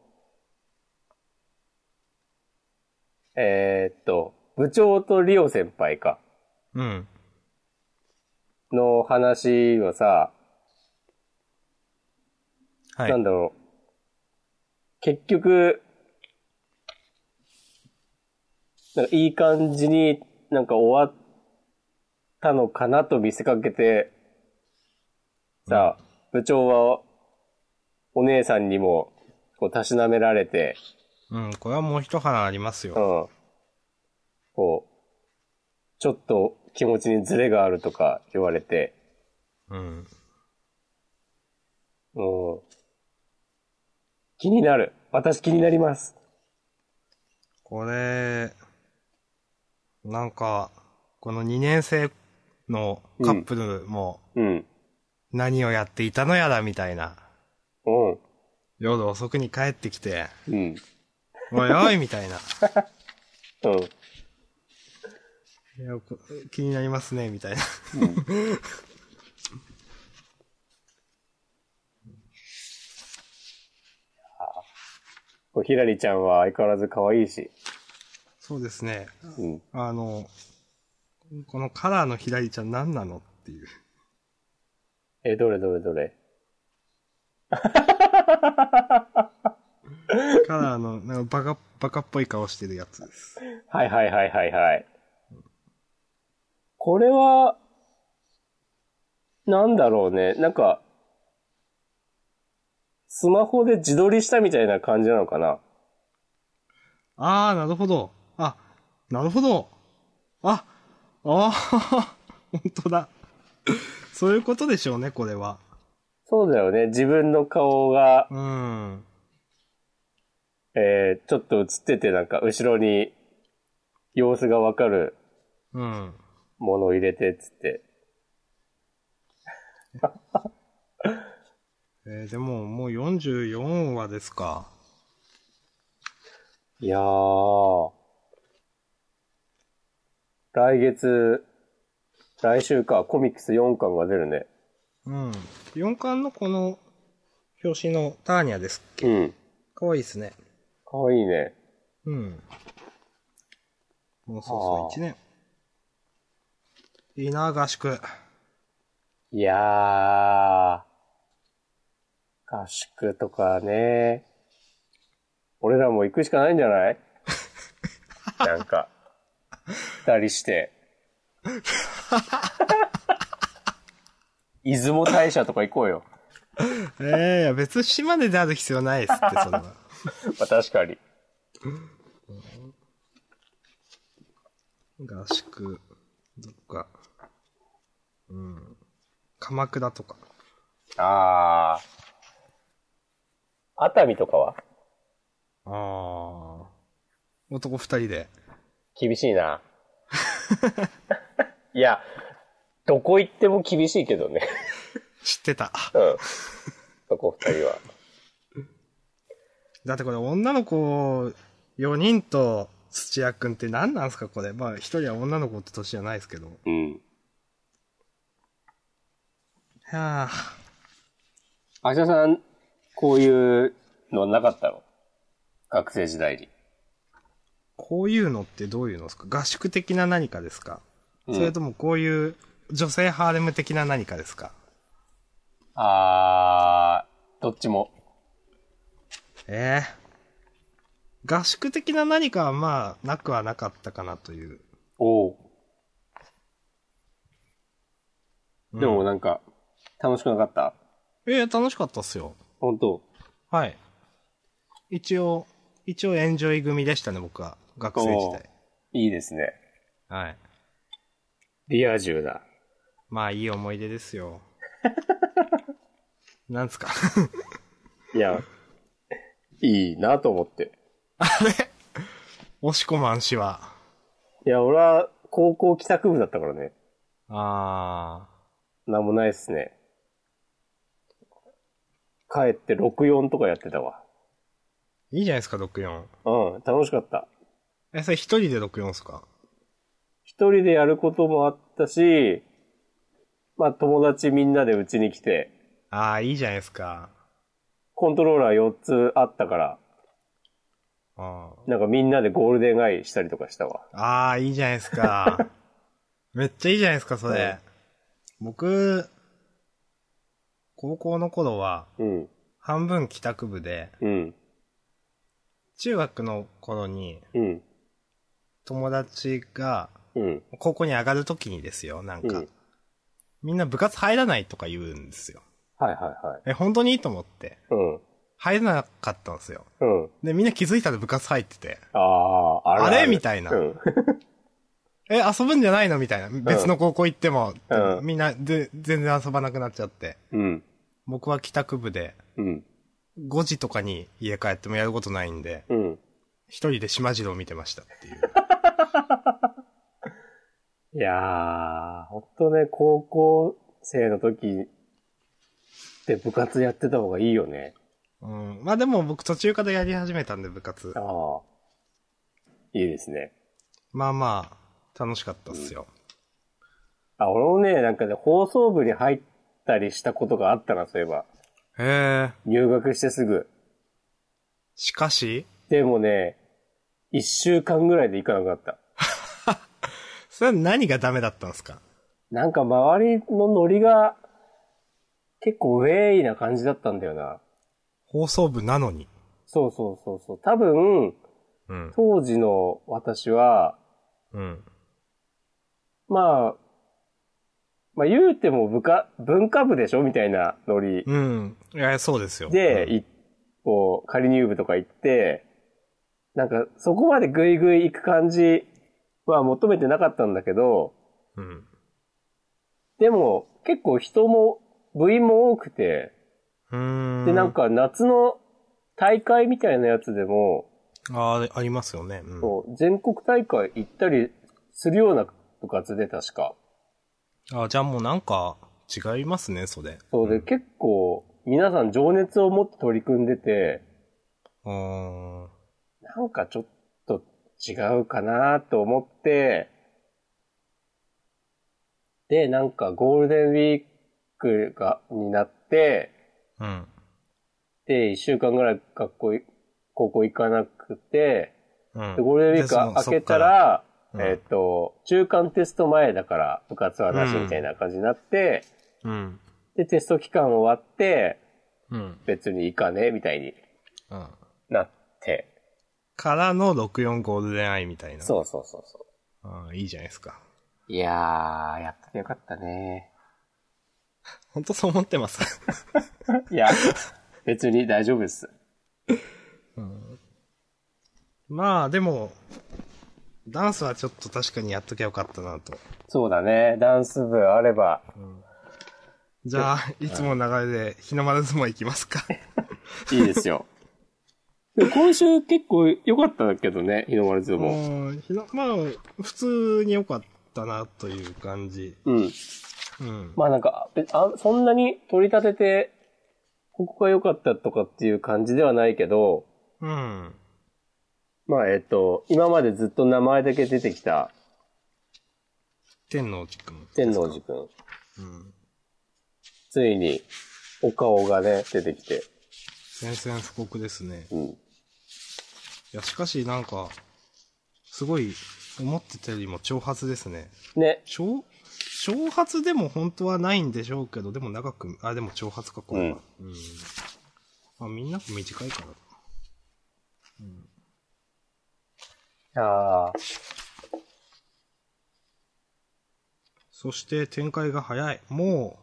Speaker 1: の、えーっと、部長とリオ先輩か、
Speaker 2: うん。
Speaker 1: の話はさ、
Speaker 2: はい。
Speaker 1: なんだろう。結局、なんかいい感じになんか終わったのかなと見せかけて、さあ、部長はお姉さんにもこうたしなめられて、
Speaker 2: うん、これはもう一花あります
Speaker 1: うん。
Speaker 2: よ。
Speaker 1: こう、ちょっと気持ちにズレがあるとか言われて、
Speaker 2: うん。
Speaker 1: うん。気になる。私気になります。
Speaker 2: これ、なんか、この2年生のカップルも
Speaker 1: うん。
Speaker 2: 何をやっていたのやらみたいな。
Speaker 1: うん。
Speaker 2: 夜遅くに帰ってきて、
Speaker 1: うん。
Speaker 2: おいおいみた いな。
Speaker 1: うん。
Speaker 2: いやこ気になりますね、みたいな。
Speaker 1: こうひらりちゃんは相変わらず可愛いし。
Speaker 2: そうですね。
Speaker 1: うん。
Speaker 2: あの、このカラーのひらりちゃん何なのって いう。
Speaker 1: え、どれどれどれ
Speaker 2: カラーの、なんかバカ、バカっぽい顔してるやつです。
Speaker 1: はいはいはいはいはい。これは、なんだろうね。なんか、スマホで自撮りしたみたいな感じなのかな
Speaker 2: あー、なるほど。あ、なるほど。あ、あー、 本当だ。そういうことでしょうね、これは。
Speaker 1: そうだよね。自分の顔が、
Speaker 2: うん。
Speaker 1: えー、ちょっと映ってて、なんか後ろに様子がわかる
Speaker 2: うん。
Speaker 1: ものを入れて、つって。
Speaker 2: えーでも、もう44話ですか。
Speaker 1: いやー。来月、来週か、コミックス4巻が出るね。
Speaker 2: うん。4巻のこの、表紙のターニャです。
Speaker 1: うん。
Speaker 2: かわいいですね。
Speaker 1: かわいいね。
Speaker 2: うん。もうそ
Speaker 1: はあ
Speaker 2: ろそろ1年。いいな、合宿。
Speaker 1: いやー。合宿とかね。俺らも行くしかないんじゃ ないなんか、二人 して。出雲大社とか行こうよ。
Speaker 2: ええいや別に島根である必要ない ですって、それは。
Speaker 1: まあ確かに。
Speaker 2: 合宿、どっか、うん、鎌倉とか。
Speaker 1: ああ。熱海とかは
Speaker 2: ああ。男二人で。
Speaker 1: 厳しい な。いや、どこ行っても厳しいけどね。
Speaker 2: 知ってた。
Speaker 3: うん。そこ二人は。
Speaker 2: だってこれ女の子4人と土屋くんって何なんすかこれ。まあ一人は女の子って年じゃないですけど。
Speaker 3: うん。
Speaker 2: はあ、
Speaker 1: あしさん、こういうのなかったの学生時代に。
Speaker 2: こういうのってどういうのですか合宿的な何かですか、それともこういう女性ハーレム的な何かですか
Speaker 1: あー、どっちも。
Speaker 2: ええ合宿的な何かはまあなくはなかったかなという。
Speaker 1: おお。でもなんか、楽しくなかった
Speaker 2: ええ楽しかったっすよ。
Speaker 1: 本当
Speaker 2: はい。一応、一応エンジョイ組でしたね、僕は。学生時代。
Speaker 1: いいですね。
Speaker 2: はい。
Speaker 1: リア充だ。
Speaker 2: まあ、いい思い出ですよ。 なんですか
Speaker 1: いや、 いいなと思って。
Speaker 2: 押し込まん氏は。
Speaker 1: いや、俺は高校帰宅部だったからね。
Speaker 2: あ
Speaker 1: なんもないっすね。帰って64とかやってたわ。
Speaker 2: ー。いいじゃないですか、64。
Speaker 1: うん、楽しかった。
Speaker 2: え、それ一人で64っすか
Speaker 1: 一人でやることもあったし、まあ友達みんなでうちに来て、
Speaker 2: ああ、いいじゃないですか。
Speaker 1: コントローラー4つあったから、
Speaker 2: あー
Speaker 1: なんかみんなでゴールデンアイしたりとかしたわ。
Speaker 2: あー、いいじゃないですか。 めっちゃいいじゃないですか、それ。僕、高校の頃は、
Speaker 1: うん、
Speaker 2: 半分帰宅部で、
Speaker 1: うん、
Speaker 2: 中学の頃に、
Speaker 1: うん、
Speaker 2: 友達が、
Speaker 1: うん、
Speaker 2: 高校に上がるときにですよ、なん
Speaker 1: う
Speaker 2: か、
Speaker 1: ん。
Speaker 2: みんな部活入らないとか言うんですよ。
Speaker 1: はいはいはい。
Speaker 2: え、本当にいいと思って、
Speaker 1: うん、
Speaker 2: 入らなかったんですよ。
Speaker 1: うん。
Speaker 2: で、みんな気づいたら部活入ってて、
Speaker 1: ああ、ある
Speaker 2: あ
Speaker 1: る
Speaker 2: れみたいな
Speaker 1: うん、
Speaker 2: え、遊ぶんじゃないのみたいな。別の高校行っても、
Speaker 1: うん
Speaker 2: みんなで、全然遊ばなくなっちゃって。
Speaker 1: うん、
Speaker 2: 僕は帰宅部で、
Speaker 1: うん、
Speaker 2: 5時とかに家帰ってもやることないんで、
Speaker 1: うん。
Speaker 2: 一人で島次郎見てましたって いう。
Speaker 1: いやー、ほんとね、高校生の時で部活やってた方がいいよね。
Speaker 2: うん。まあでも僕途中からやり始めたんで部活
Speaker 1: あ。あ。いいですね。
Speaker 2: まあまあ、楽しかったっすよ。
Speaker 1: あ、俺もね、なんかね、放送部に入ったりしたことがあったな、そういえば。
Speaker 2: へえ。
Speaker 1: 入学してすぐ。
Speaker 2: しかし、
Speaker 1: でもね、一週間ぐらいで行かなくなった。
Speaker 2: それは何がダメだったんですか
Speaker 1: なんか周りのノリが、結構ウェイな感じだったんだよな。
Speaker 2: 放送部なのに。
Speaker 1: そうそうそうそう。多分、
Speaker 2: うん。
Speaker 1: 当時の私は、
Speaker 2: うん。
Speaker 1: まあ、まあ言うても部下、文化部でしょみたいなノリ
Speaker 2: うん。いや、そうですよ。
Speaker 1: で、
Speaker 2: うん
Speaker 1: いこう、仮入部とか行って、なんかそこまでグイグイ行く感じは求めてなかったんだけど、
Speaker 2: うん。
Speaker 1: でも結構人も、部員も多くて、
Speaker 2: うーん。
Speaker 1: で、なん。か夏の大会みたいなやつでも、
Speaker 2: ああ、ありますよね。うん。
Speaker 1: こう全国大会行ったりするような部活で確か。
Speaker 2: ああ、じゃあもうなんか、違いますね、それ。
Speaker 1: そうで、結構皆さん情熱を持って取り組んでて、
Speaker 2: うーん。
Speaker 1: なんかちょっと違うかなと思って、で、なんかゴールデンウィークが、になって、
Speaker 2: うん。
Speaker 1: で、一週間ぐらい学校い、高校行かなくて、
Speaker 2: うん。
Speaker 1: でゴールデンウィーク
Speaker 2: で
Speaker 1: が
Speaker 2: そ
Speaker 1: 明
Speaker 2: の
Speaker 1: けた、ら、
Speaker 2: うん
Speaker 1: えっ、と、中間テスト前だから部活はなしみたいな感じになって、
Speaker 2: そっからうん。
Speaker 1: で、テスト期間終わって、
Speaker 2: うん。
Speaker 1: 別に行かねえみたいに
Speaker 2: うん。
Speaker 1: なって。
Speaker 2: からの64ゴールデンアイみたいな。う。
Speaker 1: そうそうそうそう。
Speaker 2: ああ、いいじゃないですか。
Speaker 1: いやー、やっててよかったね。
Speaker 2: 本当そう思ってます。
Speaker 1: いや、別に大丈夫です。
Speaker 2: まあ、でも、ダンスはちょっと確かにやっときゃよかったなと。
Speaker 1: そうだね。ダンス部あれば。
Speaker 2: じゃあ、いつもの流れで日の丸相撲行きま すか。
Speaker 1: いいです よ。今週結構良かったけどね、日の丸相撲。
Speaker 2: うん、ひなまあ、普通に良かったなという感じ。
Speaker 1: うん。
Speaker 2: うん。
Speaker 1: まあなんか、えあそんなに取り立てて、ここが良かったとかっていう感じではないけど、
Speaker 2: うん。
Speaker 1: まあえっと、今までずっと名前だけ出てきた
Speaker 2: 天皇寺君。
Speaker 1: 天王寺くん。
Speaker 2: うん。
Speaker 1: ついに、お顔がね、出てきて。
Speaker 2: 宣戦布告ですね。
Speaker 1: うん。
Speaker 2: いや、しかしなんか、すごい、思ってたよりも挑発ですね。
Speaker 1: ね、
Speaker 2: 挑、挑発でも本当はないんでしょうけど、でも長く、あ、でも挑発か、これは。うん。まあ、みんな短いから。
Speaker 1: ああ、
Speaker 2: そして展開が早い。もう、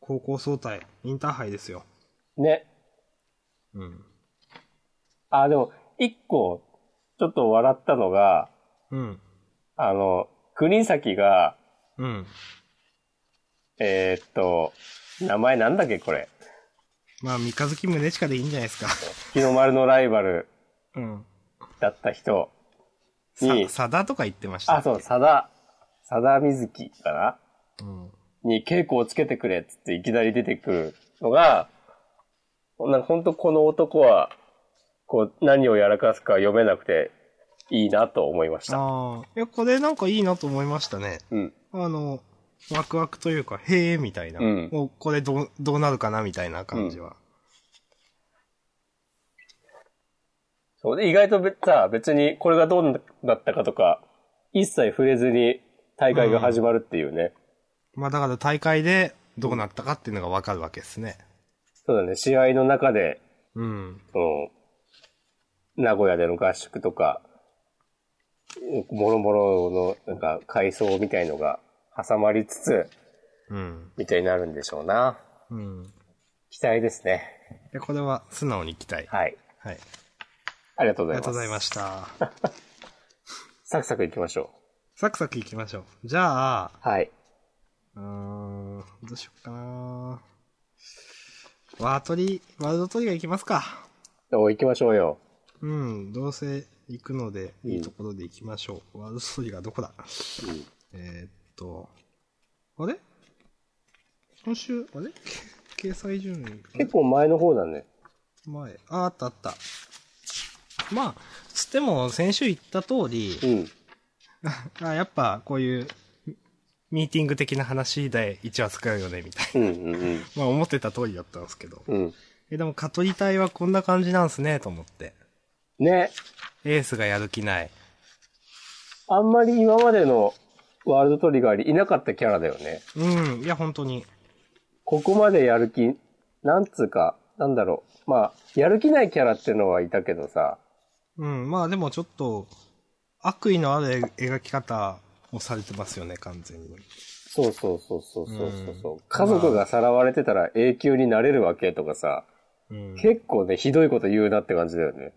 Speaker 2: 高校総体、インターハイですよ。
Speaker 1: ね、
Speaker 2: うん。
Speaker 1: ああ、でも、一個、ちょっと笑ったのが、
Speaker 2: うん。
Speaker 1: あの、国崎が、
Speaker 2: うん。
Speaker 1: えーっと、名前なんだっけこれ。
Speaker 2: まあ、三日月宗近でいいんじゃないですか。
Speaker 1: 日の丸のライバル
Speaker 2: うん。
Speaker 1: だった人
Speaker 2: さ
Speaker 1: に、、
Speaker 2: さだとか言ってました。
Speaker 1: あ、そう、さだ、さだみずきかな
Speaker 2: うん。
Speaker 1: に稽古をつけてくれっつっていきなり出てくるのが、なんか本当この男は、こう、何をやらかすか読めなくていいなと思いました。
Speaker 2: ああ。いや、これなんかいいなと思いましたね。
Speaker 1: うん。
Speaker 2: あの、ワクワクというか、へえ、みたいな。
Speaker 1: うん
Speaker 2: もうこれどう、どうなるかな、みたいな感じは。
Speaker 1: そうで、意外とべさ、別にこれがどうなったかとか、一切触れずに大会が始まるっていうね。
Speaker 2: まあ、だから大会でどうなったかっていうのがわかるわけですね。
Speaker 1: そうだね、試合の中で、
Speaker 2: うん。
Speaker 1: その、名古屋での合宿とか、もろもろの、なんか、回想みたいのが挟まりつつ、
Speaker 2: うん。
Speaker 1: みたいになるんでしょうな。
Speaker 2: うん。
Speaker 1: 期待ですね。
Speaker 2: で、これは素直に期待。はい。
Speaker 1: はい。
Speaker 2: あ
Speaker 1: あり
Speaker 2: り
Speaker 1: がとうござ
Speaker 2: が
Speaker 1: います。
Speaker 2: とうございました。
Speaker 1: サクサク行きましょ
Speaker 2: サクサクいきましょう。じゃあ、
Speaker 1: う。はい。
Speaker 2: うーん、どうしよっかなワートリー、ワールドトリガーいきますか。
Speaker 1: お、行きましょうよ。
Speaker 2: うん、どうせ行くので、いいところで行きましょう。ワールドストーリーがどこだ、えーっと、あれ今週、あれけ掲載順位あれ
Speaker 1: 結構前の方だね。
Speaker 2: 前。あ、あったあった。まあ、つっても先週言った通り
Speaker 1: う、ん。
Speaker 2: あやっぱこういうミミーティング的な話で1話使うよね、みたいな。
Speaker 1: うんうん
Speaker 2: まあ思ってた通りだったんですけど。
Speaker 1: うん。うん。
Speaker 2: え、でもカトリ隊はこんな感じなんすね、と思って。
Speaker 1: ね。
Speaker 2: エースがやる気ない。
Speaker 1: あんまり今までのワールドトリガーにいなかったキャラだよね。
Speaker 2: うん、いや本当に。
Speaker 1: ここまでやる気、なんつうか、なんだろう。まあ、やる気ないキャラってのはいたけどさ。
Speaker 2: うん、まあでもちょっと、悪意のある描き方をされてますよね、完全に。
Speaker 1: そうそうそうそうそうそうそう
Speaker 2: うん
Speaker 1: 家族がさらわれてたら永久になれるわけとかさ。
Speaker 2: うん。
Speaker 1: 結構ね、ひどいこと言うなって感じだよね。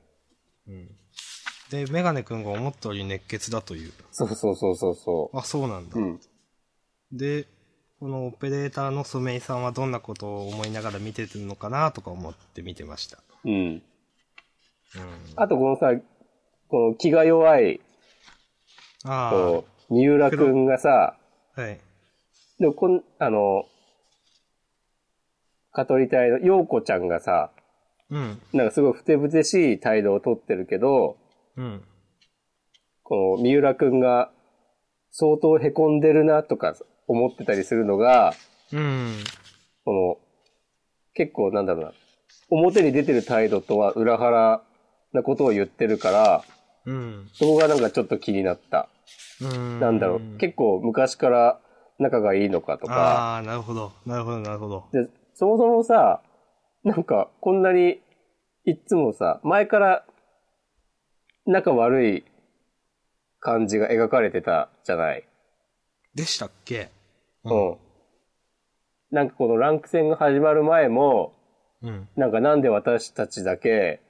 Speaker 2: うんで、メガネ君が思ったより熱血だという。
Speaker 1: そうそうそうそうそ
Speaker 2: あ、そうなんだ。
Speaker 1: う。うん。
Speaker 2: で、このオペレーターのソメイさんはどんなことを思いながら見てるのかなとか思って見てました。
Speaker 1: うん。
Speaker 2: うん。
Speaker 1: あとこのさ、この気が弱い、
Speaker 2: あ
Speaker 1: こう、三浦くんがさ、
Speaker 2: あ、はい。
Speaker 1: でもこん、あの、カトリ隊の陽子ちゃんがさ、
Speaker 2: うん、
Speaker 1: なんかすごいふてぶてしい態度をとってるけど、
Speaker 2: うん。
Speaker 1: この三浦くんが相当凹んでるなとか思ってたりするのが、
Speaker 2: うん。
Speaker 1: この、結構なんだろうな、表に出てる態度とは裏腹なことを言ってるから、
Speaker 2: うん。
Speaker 1: そこがなんかちょっと気になった。
Speaker 2: うん。
Speaker 1: なんだろう、結構昔から仲がいいのかとか、
Speaker 2: ああー、なるほど。なるほど、なるほど。
Speaker 1: で、そもそもさ、なんかこんなに、いっつもさ、前から仲悪い感じが描かれてたじゃない。
Speaker 2: でしたっけ
Speaker 1: うん。なんかこのランク戦が始まる前も、
Speaker 2: うん。
Speaker 1: なんかなんで私たちだけ、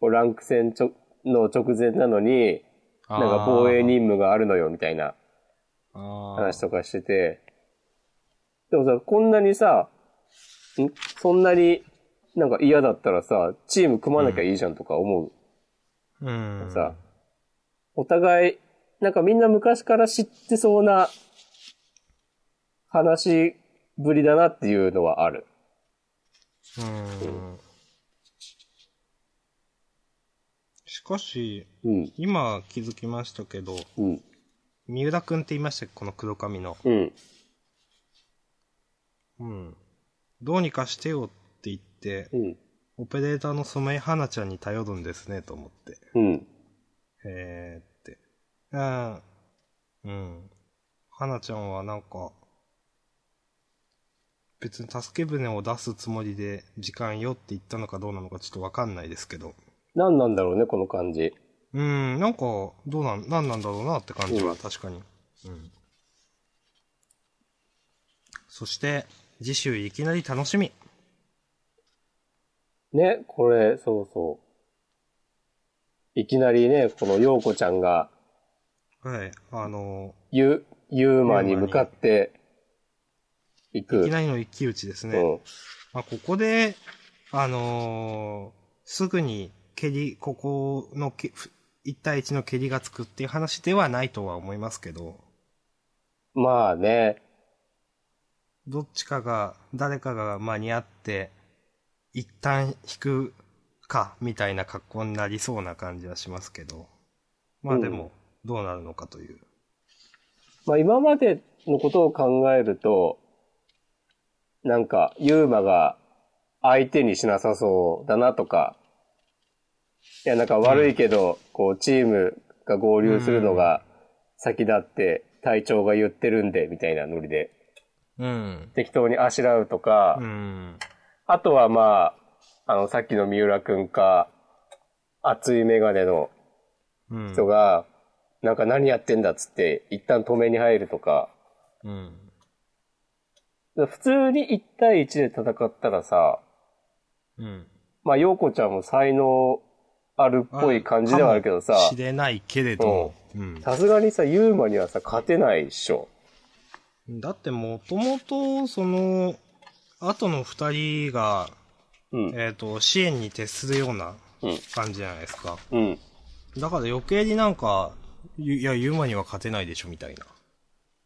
Speaker 1: こうランク戦ちょの直前なのに、なんか防衛任務があるのよみたいな話
Speaker 2: 話
Speaker 1: とかしてて、でもさ、こんなにさ、んそんなになんか嫌だったらさ、チーム組まなきゃいいじゃんとか思
Speaker 2: うん
Speaker 1: う。さ、お互い、なんかみんな昔から知ってそうな話しぶりだなっていうのはある。
Speaker 2: うん。しかし、
Speaker 1: うん。
Speaker 2: 今気づきましたけど、
Speaker 1: うん。
Speaker 2: 三浦くんって言いましたっけこの黒髪の。
Speaker 1: うん。
Speaker 2: うん。どうにかしてよって言って、
Speaker 1: うん。
Speaker 2: オペレーターのソメイハナちゃんに頼るんですね、と思って。
Speaker 1: うん。
Speaker 2: へーって。あーうん。花ちゃんはなんか、別に助け舟を出すつもりで時間よって言ったのかどうなのかちょっとわかんないですけど。
Speaker 1: 何なんだろうね、この感じ。
Speaker 2: うん、なんか、どうなん、なんなんだろうなって感じ
Speaker 1: う
Speaker 2: は
Speaker 1: ん
Speaker 2: 確かに。うん。そして、次週いきなり楽しみ。
Speaker 1: ね、これ、そうそう。いきなりね、この陽子ちゃんが、
Speaker 2: はい。あの
Speaker 1: ゆ、ユーマに向かって、行
Speaker 2: ー、い
Speaker 1: く。
Speaker 2: きなりの一騎打ちですね。
Speaker 1: うん。
Speaker 2: まあ、ここで、あのーすぐに蹴り、ここのけふ一対一の蹴りがつくっていう話ではないとは思いますけど、
Speaker 1: まあね、
Speaker 2: どっちかが、誰かが間に合って、一旦引くか、みたいな格好になりそうな感じはしますけど、まあでも、どうなるのかという。
Speaker 1: まあ今までのことを考えると、なんか、ユーマが相手にしなさそうだなとか、いや、なんか悪いけど、こう、チームが合流するのが先だって、隊長が言ってるんで、みたいなノリで、
Speaker 2: うん。
Speaker 1: 適当にあしらうとか、
Speaker 2: うん。
Speaker 1: あとはまあ、あの、さっきの三浦くんか、熱いメガネの
Speaker 2: うん。
Speaker 1: 人が、なんか何やってんだっつって、一旦止めに入るとか、
Speaker 2: うん。
Speaker 1: 普通に1対1で戦ったらさ、
Speaker 2: うん。
Speaker 1: まあ、陽子ちゃんも才能あるっぽい感じではあるけどさ
Speaker 2: か、もしれないけれども、うん。
Speaker 1: さすがにさ、ユーマにはさ、勝てないっしょ。
Speaker 2: だってもともと、その、後の二人が、
Speaker 1: うん。
Speaker 2: えっ、と、支援に徹するような
Speaker 1: うん。
Speaker 2: 感じじゃないですか。
Speaker 1: うん。
Speaker 2: だから余計になんか、ゆいや、ユーマには勝てないでしょ、みたいな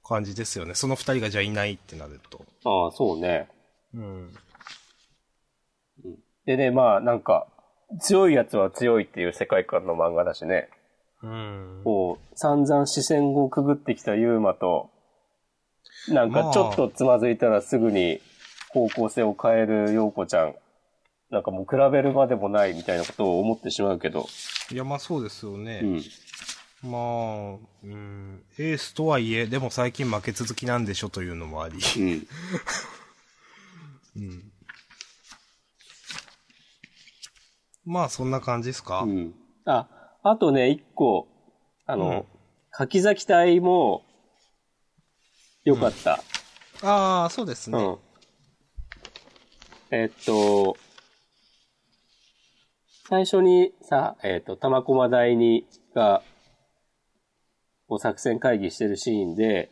Speaker 2: 感じですよね。その二人がじゃあいないってなると。
Speaker 1: ああ、そうね。
Speaker 2: うん。
Speaker 1: でね、まあ、なんか、強いやつは強いっていう世界観の漫画だしね。
Speaker 2: うん。
Speaker 1: こう、散々視線をくぐってきたユーマと、なん
Speaker 2: ま
Speaker 1: か
Speaker 2: あ
Speaker 1: ちょっとつまずいたらすぐに方向性を変える陽子ちゃん。なんかもう比べるまでもないみたいなことを思ってしまうけど。
Speaker 2: いや、まあそうですよね。
Speaker 1: うん。
Speaker 2: まあ、うん、エースとはいえ、でも最近負け続きなんでしょというのもあり。
Speaker 1: うん。
Speaker 2: うん。まあそんな感じですか。
Speaker 1: うん。あ、あとね、一個、あの、
Speaker 2: う
Speaker 1: 柿崎隊も、よかった。
Speaker 2: ああ、そうです
Speaker 1: う
Speaker 2: ね。
Speaker 1: ん。えっと、最初にさ、えっと、玉駒第二が、こう作戦会議してるシーンで、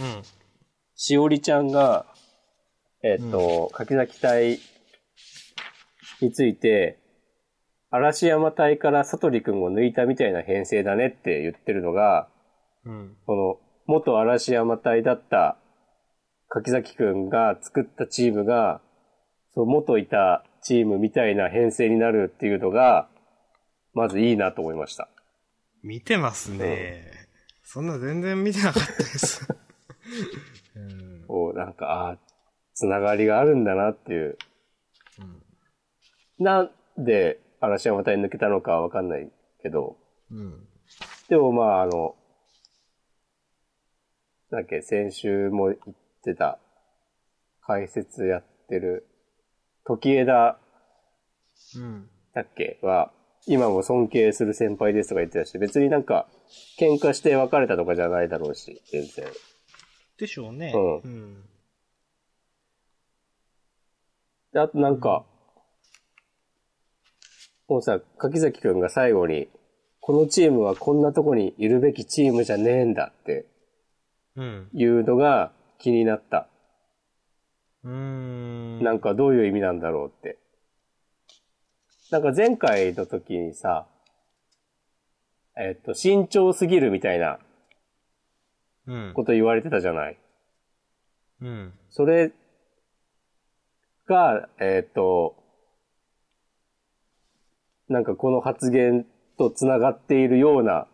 Speaker 2: うん。
Speaker 1: しおりちゃんが、えっと、柿崎隊について、嵐山隊からサトリ君を抜いたみたいな編成だねって言ってるのが、
Speaker 2: うん。
Speaker 1: この、元嵐山隊だった、柿崎くんが作ったチームが、そう、元いたチームみたいな編成になるっていうのが、まずいいなと思いました。
Speaker 2: 見てますね。そんな全然見てなかったです。うん。
Speaker 1: こう、なんか、ああ、つながりがあるんだなっていう。なんで、嵐山隊抜けたのかはわかんないけど、
Speaker 2: うん。
Speaker 1: でもまあ、あの、なんだっけ、先週も言ってた、解説やってる、時枝
Speaker 2: うん。
Speaker 1: だっけは、今も尊敬する先輩ですとか言ってたし、別になんか、喧嘩して別れたとかじゃないだろうし、全然。
Speaker 2: でしょうね。
Speaker 1: う
Speaker 2: うん。
Speaker 1: で、あとなんか、もうさ、柿崎くんが最後に、このチームはこんなとこにいるべきチームじゃねえんだって
Speaker 2: うん。
Speaker 1: いうのが気になった。
Speaker 2: うーん。
Speaker 1: なんかどういう意味なんだろうって。なんか前回の時にさ、えっと、慎重すぎるみたいな
Speaker 2: うん。
Speaker 1: こと言われてたじゃない。
Speaker 4: うん。
Speaker 3: それが、えっ、と、なんかこの発言と繋がっているような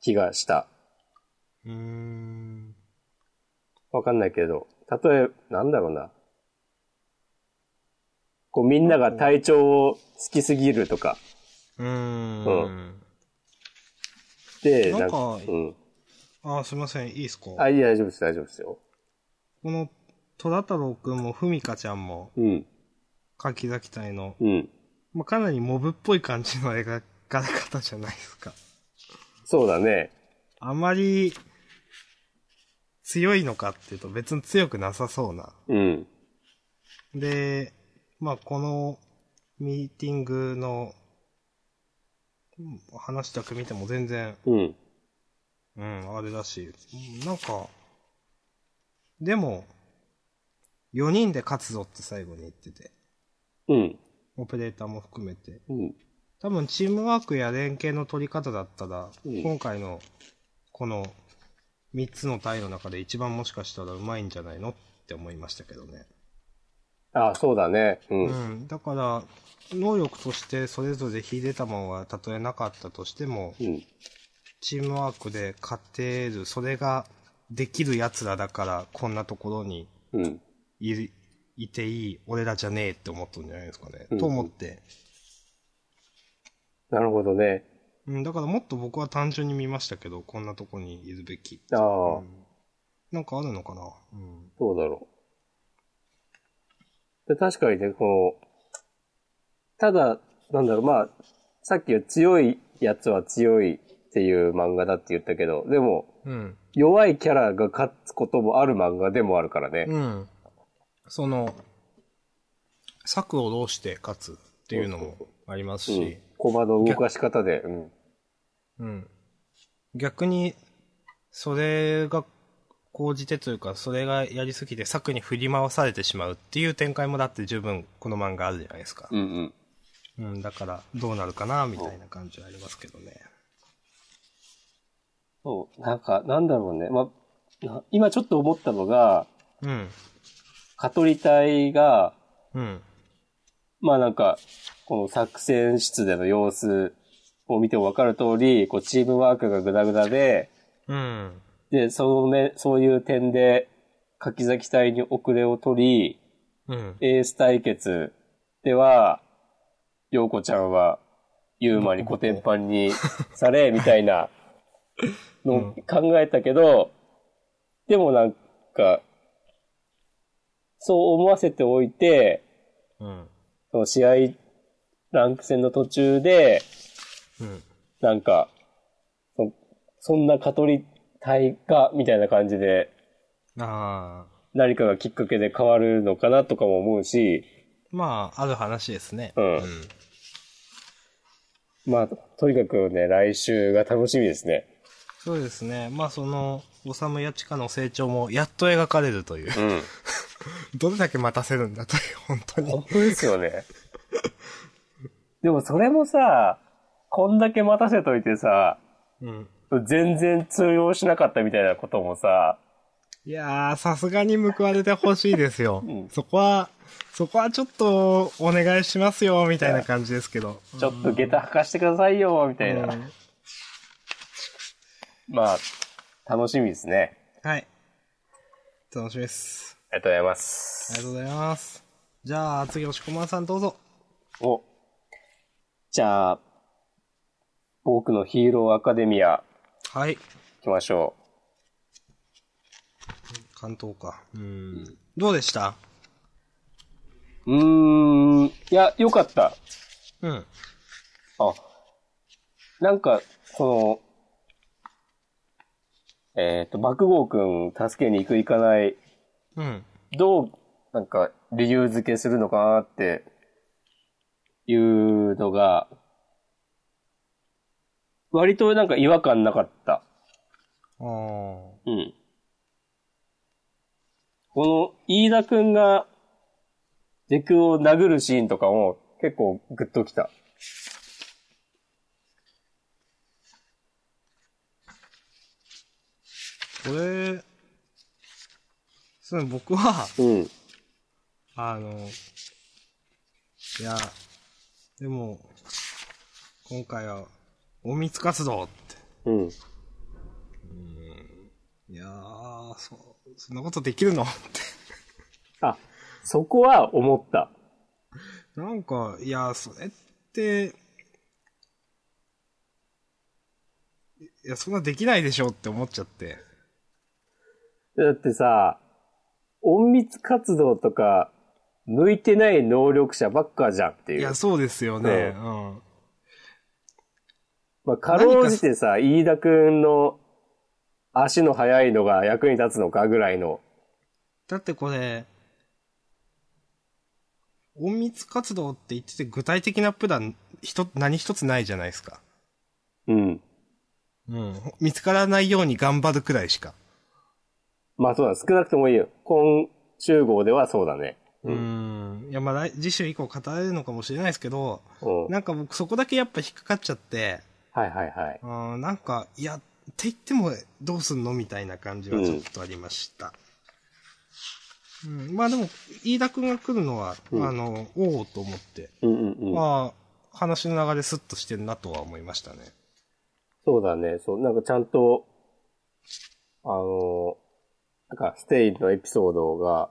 Speaker 3: 気がした。
Speaker 4: うーん。
Speaker 3: わかんないけど、例え、なんだろうな。こうみんなが体調を好きすぎるとか。
Speaker 4: うーん。
Speaker 3: で、
Speaker 2: なんか
Speaker 3: うん。
Speaker 2: あー、すいません、いいですか
Speaker 3: あ、いい大丈夫です、大丈夫ですよ。
Speaker 2: この、戸田太郎くんもふみかちゃんも、
Speaker 3: うん。
Speaker 2: 柿崎隊の、
Speaker 3: うん。
Speaker 2: まあ、かなりモブっぽい感じの描かれ方じゃないですか。
Speaker 3: そうだね。
Speaker 2: あまり、強いのかっていうと別に強くなさそうな。
Speaker 3: うん。
Speaker 2: で、まあ、このミーティングのうん話だけ見ても全然、
Speaker 3: うん。
Speaker 2: うん、あれだし、うんなんか、でも、4人で勝つぞって最後に言ってて、
Speaker 3: うん。
Speaker 2: オペレーターも含めて。
Speaker 3: うん。
Speaker 2: 多分チームワークや連携の取り方だったら、
Speaker 3: うん
Speaker 2: 今回のこの3つの隊の中で一番もしかしたらうまいんじゃないのって思いましたけどね。
Speaker 3: あ、そうだね。うん。
Speaker 2: うん、だから、能力としてそれぞれ秀でたものはたとえなかったとしても、
Speaker 3: うん。
Speaker 2: チームワークで勝てる、それができる奴らだから、こんなところに
Speaker 3: うん。
Speaker 2: いるいていい俺らじゃねえって思ったんじゃないですかね。
Speaker 3: うん
Speaker 2: と思って。
Speaker 3: なるほどね。
Speaker 2: うん、だからもっと僕は単純に見ましたけど、こんなとこにいるべき。
Speaker 3: ああ、
Speaker 2: うんなんかあるのかなうん。
Speaker 3: どうだろう。で確かにね、この、ただ、なんだろう、まあ、さっきは強いやつは強いっていう漫画だって言ったけど、でも、
Speaker 4: うん。
Speaker 3: 弱いキャラが勝つこともある漫画でもあるからね。
Speaker 4: うん。
Speaker 2: その、策をどうして勝つっていうのもあります
Speaker 3: う
Speaker 2: し、
Speaker 3: ん。駒の動かし方で、うん。
Speaker 2: うん。逆に、それが、講じてというか、それがやりすぎて策に振り回されてしまうっていう展開もだって十分この漫画あるじゃないですか。
Speaker 3: うんうん。
Speaker 2: うん、だから、どうなるかな、みたいな感じはありますけどね。
Speaker 1: そう、なんか、なんだろうね。まあ、な今ちょっと思ったのが、
Speaker 2: うん。
Speaker 1: カトリ隊が、
Speaker 2: うん。
Speaker 1: まあなんか、この作戦室での様子を見てもわかる通り、こうチームワークがグダグダで、
Speaker 2: うん。
Speaker 1: で、そのね、そういう点で、柿崎隊に遅れを取り、
Speaker 2: うん。
Speaker 1: エース対決では、陽子ちゃんは、ユーマにコテンパンにされ、みたいなのを考えたけど、でもなんか、そう思わせておいて、
Speaker 2: うん。
Speaker 1: その試合、ランク戦の途中で、
Speaker 2: うん。
Speaker 1: なんか、そそんなカトリ隊が、みたいな感じで、
Speaker 2: ああ。
Speaker 1: 何かがきっかけで変わるのかなとかも思うし、
Speaker 2: まあ、ある話ですね。
Speaker 1: うん
Speaker 2: うん
Speaker 1: まあ、とにかくね、来週が楽しみですね。
Speaker 2: そうですね。まあ、その、おさむやちかの成長もやっと描かれるという。
Speaker 3: うん。
Speaker 2: どれだけ待たせるんだという、本当に。
Speaker 1: 本当ですよね。 でもそれもさ、こんだけ待たせといてさ、
Speaker 2: うん。
Speaker 1: 全然通用しなかったみたいなこともさ、
Speaker 2: いやー、さすがに報われてほしいですよ。そこは、そこはちょっとお願いしますよ、みたいな感じですけど。
Speaker 1: ちょっと下駄履かしてくださいよ、みたいな。
Speaker 2: うん
Speaker 1: まあ、楽しみですね。
Speaker 2: はい。楽しみです。
Speaker 1: ありがとうございます
Speaker 2: あ。りがとうございます。じゃあ、次、押し込まさんどうぞ。
Speaker 1: お。じゃあ、僕のヒーローアカデミア、
Speaker 2: はい。
Speaker 1: 行きましょ
Speaker 2: 関東か。うん。どうでした
Speaker 1: う。うーん、いや、よかった。
Speaker 2: うん。
Speaker 1: あ、なんか、その、えっ、と、爆豪くん助けに行く行かない、
Speaker 2: うん。
Speaker 1: どう、なんか、理由付けするのかなって、いうのが、割となんか違和感なかった。
Speaker 2: あー。
Speaker 1: うん。この、飯田くんが、デクを殴るシーンとかも、結構グッときた。
Speaker 2: これ、その僕は、
Speaker 1: うん。
Speaker 2: あの、いや、でも、今回は、隠密活動って。
Speaker 1: うん。
Speaker 2: いやー、そ、そんなことできるのって。
Speaker 1: あ、そこは思った。
Speaker 2: なんか、いや、それって、いや、そんなできないでしょって思っちゃって。
Speaker 1: だってさ、隠密活動とか、向いてない能力者ばっかじゃんって
Speaker 2: い
Speaker 1: いう
Speaker 2: や、。そうですよね。
Speaker 1: ええ
Speaker 2: うん。
Speaker 1: まあ、かろうじてさ、飯田くんの足の速いのが役に立つのかぐらいの。
Speaker 2: だってこれ、隠密活動って言ってて具体的なプラン、ひと、何一つないじゃないですか。
Speaker 1: うん。
Speaker 2: うん。見つからないように頑張るくらいしか。
Speaker 1: まあそうだ、少なくともいいよ。今週号ではそうだね。
Speaker 2: うん。いや、まあ来、次週以降語られるのかもしれないですけど、
Speaker 1: うん。はい
Speaker 2: なんか僕そこだけやっぱ引っかかっちゃって、
Speaker 1: はいはい。
Speaker 2: うん、なんか、いや、って言ってもどうすんのみたいな感じはちょっとありました。うん。まあでも、飯田くんが来るのは、
Speaker 1: うん
Speaker 2: あの、おおと思って、
Speaker 1: うんうんうん。
Speaker 2: まあ、話の流れスッとしてるなとは思いましたね。
Speaker 1: そうだね。そう、なんかちゃんと、あの、なんかステイのエピソードが、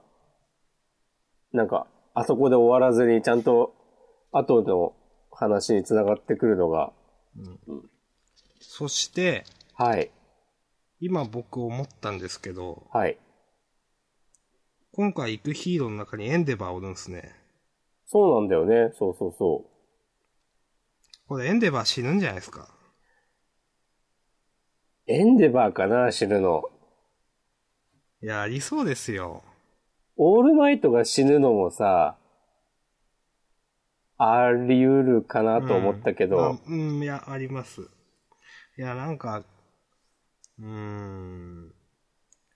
Speaker 1: なんか、あそこで終わらずにちゃんと後の話に繋がってくるのが、
Speaker 2: そして、
Speaker 1: はい、
Speaker 2: 今僕思ったんですけど、
Speaker 1: はい。
Speaker 2: 今回行くヒーローの中にエンデバーおるんですね。
Speaker 1: そうなんだよね。そうそうそう。
Speaker 2: これエンデバー死ぬんじゃないですか。
Speaker 1: エンデバーかな、死ぬの。
Speaker 2: いや、ありそうですよ。
Speaker 1: オールマイトが死ぬのもさ、あり得るかなと思ったけど、
Speaker 2: うん、あうん、いや、あります。いや、なんか、うーん。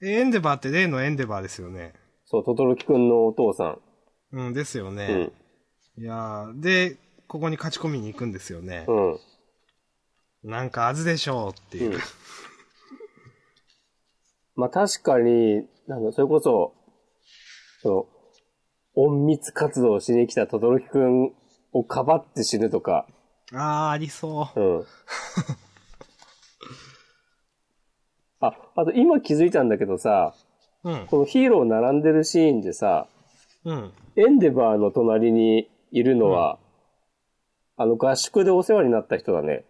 Speaker 2: えエンデバーって例のエンデバーですよね。
Speaker 1: そう、トトロキくんのお父さん。
Speaker 2: うん、ですよ
Speaker 1: う
Speaker 2: ね
Speaker 1: ん。。
Speaker 2: いやーで、ここに勝ち込みに行くんですよね。
Speaker 1: うん。
Speaker 2: なんかあずでしょうっていう。
Speaker 1: まあ確かに、なんだ、それこそ、その、隠密活動をしに来たトトロキくんをかばって死ぬとか、
Speaker 2: あー、ありそう。
Speaker 1: うん。あ、あと今気づいたんだけどさ、
Speaker 2: うん。
Speaker 1: このヒーロー並んでるシーンでさ、
Speaker 2: うん。
Speaker 1: エンデバーの隣にいるのは、あの合宿でお世話になった人だね。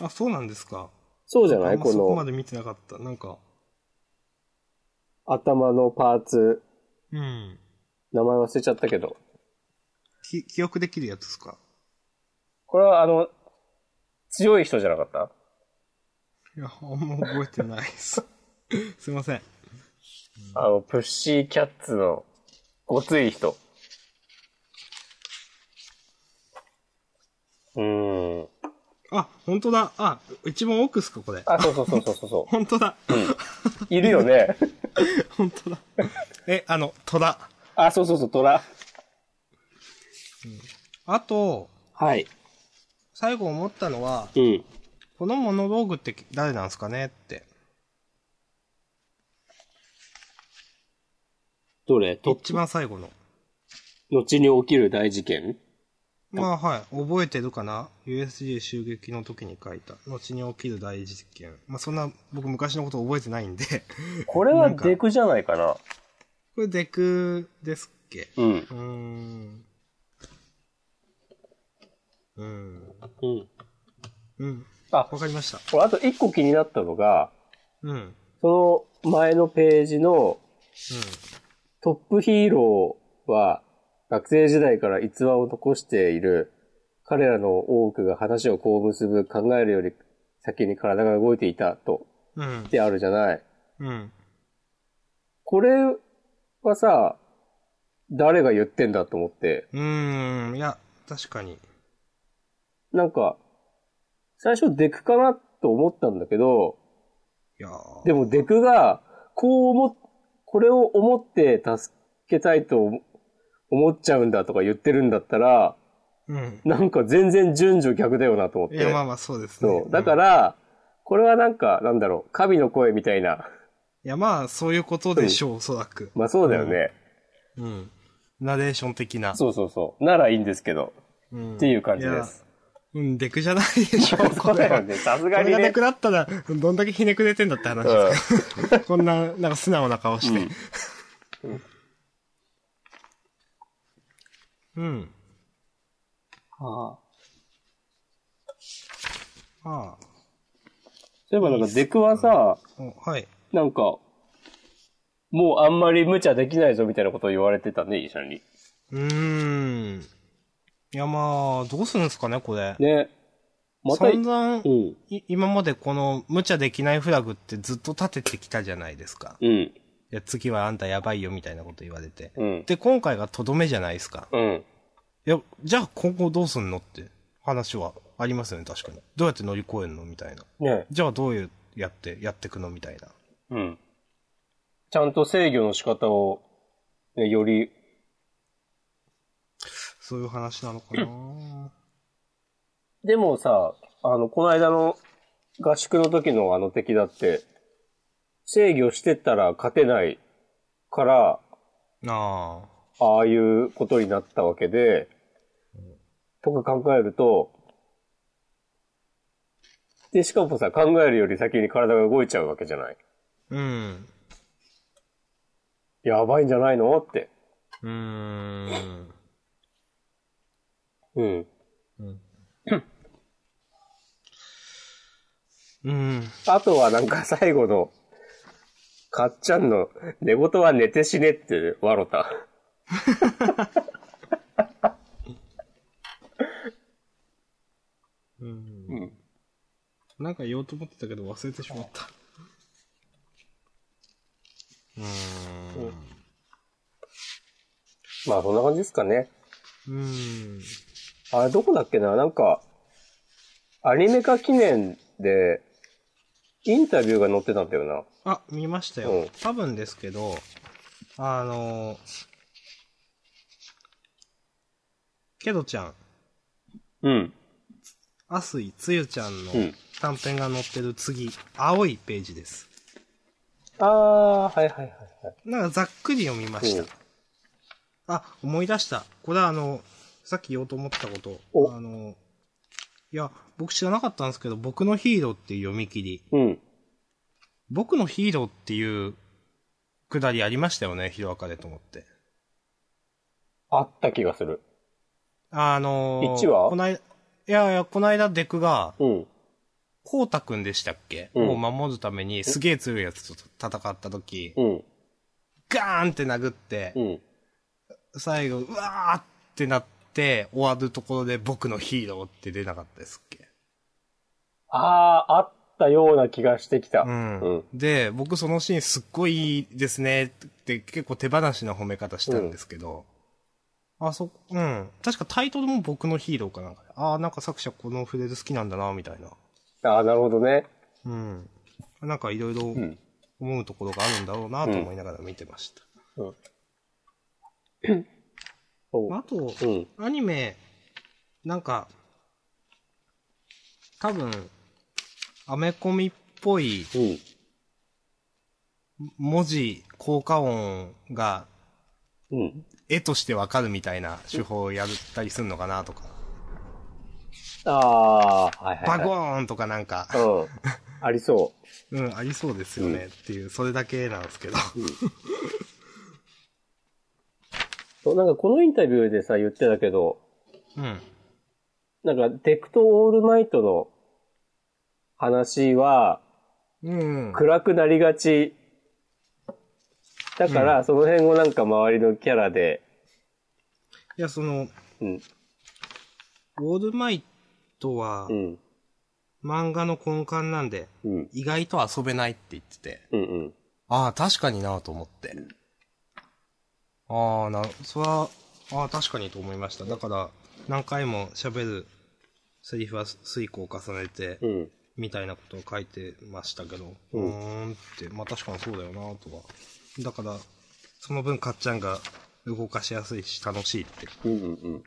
Speaker 2: あ、そうなんですか。
Speaker 1: そうじゃな
Speaker 2: あ
Speaker 1: い
Speaker 2: んまそこ
Speaker 1: こ
Speaker 2: ま
Speaker 1: の
Speaker 2: で見てなかった。なんか、
Speaker 1: 頭のパーツ、
Speaker 2: うん。
Speaker 1: 名前忘れちゃったけど。
Speaker 2: き記憶できるやつですか。
Speaker 1: これはあの、強い人じゃなかった
Speaker 2: いや、あんま覚えてないです。 すいません。
Speaker 1: あの、プッシーキャッツのごつい人。うーん。
Speaker 2: あ、本当だ。あ、一番奥っすか、これ。
Speaker 1: あ、そうそうそうそうそうそ
Speaker 2: 本当だ。
Speaker 1: う。いるよね。
Speaker 2: 本当だ。え、あの、戸田。
Speaker 1: あ、そうそうそう、虎。
Speaker 2: あと、
Speaker 1: はい。
Speaker 2: 最後思ったのは、
Speaker 1: うん。
Speaker 2: このモノローグって誰なんですかねって。
Speaker 1: どれと、
Speaker 2: 一番最後の。
Speaker 1: 後に起きる大事件
Speaker 2: まあはい、覚えてるかな ?USJ 襲撃の時に書いた。後に起きる大事件。まあそんな、僕昔のこと覚えてないんで。
Speaker 1: これはデクじゃないかな。
Speaker 2: これデクですっけ
Speaker 1: うん。
Speaker 2: うーん。
Speaker 1: う
Speaker 2: うん。
Speaker 1: ん。
Speaker 2: うん。
Speaker 1: あ、
Speaker 2: わかりました。
Speaker 1: これあと一個気になったのが、
Speaker 2: うん。
Speaker 1: その前のページの
Speaker 2: う
Speaker 1: トップヒーローは学生時代から逸話を残している彼らの多くが話をこう結ぶ考えるより先に体が動いていたと
Speaker 2: ん。うん
Speaker 1: っ。てあるじゃない。
Speaker 2: うん。
Speaker 1: これはさ、誰が言ってんだと思って、
Speaker 2: うーん。いや、確かに。
Speaker 1: なんか、最初デクかなと思ったんだけど、
Speaker 2: いやー
Speaker 1: でもデクが、こう思っ、これを思って助けたいと思っちゃうんだとか言ってるんだったら、
Speaker 2: うん。
Speaker 1: なんか全然順序逆だよなと思っ
Speaker 2: い
Speaker 1: て。
Speaker 2: や、まあまあ、そうですね
Speaker 1: そ。う。だから、これはなんか、なんだろう、神の声みたいな
Speaker 2: いや、まあ、そういうことでしょう、おそらく。
Speaker 1: まあそうだよね。
Speaker 5: うん。
Speaker 2: ナレーション的な。
Speaker 1: そうそうそう。ならいいんですけど。
Speaker 5: うん
Speaker 1: っていう感じです。
Speaker 2: うん、デクじゃないでしょ、
Speaker 1: そ
Speaker 2: こ
Speaker 1: うだ
Speaker 2: れ
Speaker 1: よ
Speaker 2: は。
Speaker 1: ね。さす
Speaker 2: こ
Speaker 1: が
Speaker 2: れ
Speaker 1: に
Speaker 2: がデ
Speaker 1: ね
Speaker 2: ク。だったら、どんだけひねくれてんだって話
Speaker 1: うん
Speaker 2: ですから。こんな、なんか素直な顔して。
Speaker 5: うん。
Speaker 6: ああ
Speaker 2: ああ
Speaker 1: そういえばなんかデクはさ、
Speaker 2: うんはい。
Speaker 1: なんか、もうあんまり無茶できないぞみたいなことを言われてたね、医者に。
Speaker 5: うーん。
Speaker 2: いや、まあ、どうするんですかね、これ。
Speaker 1: ね。また、う
Speaker 2: 散
Speaker 1: ん。
Speaker 2: 々、
Speaker 1: うん。
Speaker 2: い今までこの無茶できないフラグってずっと立ててきたじゃないですか。い
Speaker 1: うん。
Speaker 2: や、次はあんたやばいよみたいなこと言われて。
Speaker 1: うん。
Speaker 2: で、今回がとどめじゃないですか。
Speaker 1: うん。
Speaker 2: いや、じゃあ今後どうすんのって話はありますよね、確かに。どうやって乗り越えるのみたいな。
Speaker 1: ね。
Speaker 2: じゃあどういう、やって、やってくのみたいな。
Speaker 1: うん。ちゃんと制御の仕方を、ね、より、
Speaker 2: そういう話なのかな
Speaker 1: でもさ、あの、この間の合宿の時のあの敵だって、制御してたら勝てないから、
Speaker 2: なあ。
Speaker 1: ああいうことになったわけで、とか考えると、で、しかもさ、考えるより先に体が動いちゃうわけじゃない。
Speaker 5: うん。
Speaker 1: やばいんじゃないのって。
Speaker 5: うーん。
Speaker 1: うん。
Speaker 2: うん。
Speaker 1: あとはなんか最後の、かっちゃんの寝言は寝て死ねって笑った。
Speaker 5: うん。
Speaker 1: うん。
Speaker 2: なんか言おうと思ってたけど忘れてしまった。
Speaker 5: うん。
Speaker 1: まあそんな感じですかね。
Speaker 5: うん。
Speaker 1: あれどこだっけななんか、アニメ化記念で、インタビューが載ってたんだよな。
Speaker 2: あ、見ました
Speaker 1: うん
Speaker 2: よ。多分ですけど、あの、けどちゃん、
Speaker 1: うん。
Speaker 2: あすいつゆちゃんの
Speaker 1: うん
Speaker 2: 短編が載ってる次、青いページです。
Speaker 1: ああー、はいはいはいはい。
Speaker 2: なんかざっくり読みまし
Speaker 1: うん
Speaker 2: た。あ、思い出した。これはあの、さっき言おうと思ってたこと。
Speaker 1: お
Speaker 2: あの、いや、僕知らなかったんですけど、僕のヒーローっていう読み切り。
Speaker 1: うん。
Speaker 2: 僕のヒーローっていうくだりありましたよね、ヒロアカでと思って。
Speaker 1: あった気がする。
Speaker 2: あのー、
Speaker 1: 一話
Speaker 2: こないいやいや、この間デクが、
Speaker 1: うん。
Speaker 2: コうたくんでしたっけ、
Speaker 1: うん
Speaker 2: を守るためにすげえ強いやつと戦った時、
Speaker 1: うん。
Speaker 2: ガーンって殴って、
Speaker 1: うん。
Speaker 2: 最後、うわーってなって終わるところで僕のヒーローって出なかったですっけ
Speaker 1: ああ、あったような気がしてきた。
Speaker 2: うん。
Speaker 1: うん。
Speaker 2: で、僕そのシーンすっごいいいですねって結構手放しな褒め方したんですけど、あ、そ、うん。確かタイトルも僕のヒーローかなんかで、ああ、なんか作者このフレーズ好きなんだな、みたいな。
Speaker 1: ああ、なるほどね。
Speaker 2: うん。なんかいろいろ
Speaker 1: ん
Speaker 2: 思うところがあるんだろうなと思いながら見てました。
Speaker 1: うん。
Speaker 2: まあ
Speaker 1: お
Speaker 2: あと、
Speaker 1: うん。
Speaker 2: アニメ、なんか、多分、アメコミっぽい
Speaker 1: うん。
Speaker 2: 文字、効果音が
Speaker 1: うん。
Speaker 2: 絵としてわかるみたいな手法をやったりするのかなとか、
Speaker 1: ああ、はいはい、は
Speaker 2: バ
Speaker 1: い。
Speaker 2: ゴーンとかなんか、
Speaker 1: うん。ありそ
Speaker 2: うん、ありそうですよねっていう、それだけなんですけど。
Speaker 1: うそう。なんかこのインタビューでさ、言ってたけど、
Speaker 2: うん。
Speaker 1: なんか、テクとオールマイトの話は
Speaker 2: うん。
Speaker 1: 暗くなりがち。だから、その辺をなんか周りのキャラで、
Speaker 2: いや、その、
Speaker 1: うん、
Speaker 2: オールマイトは
Speaker 1: う、ん、
Speaker 2: 漫画の根幹なんで、
Speaker 1: うん、
Speaker 2: 意外と遊べないって言ってて。
Speaker 1: うん、うん。
Speaker 2: ああ、確かになと思って。ああ、な、それは、ああ、確かにと思いました。だから、何回も喋るセリフは遂行を重ねて、
Speaker 1: うん、
Speaker 2: みたいなことを書いてましたけど、
Speaker 1: う
Speaker 2: うんーんって、まあ確かにそうだよなとは。だから、その分かっちゃんが動かしやすいし楽しいって。
Speaker 1: うん、うん、うん。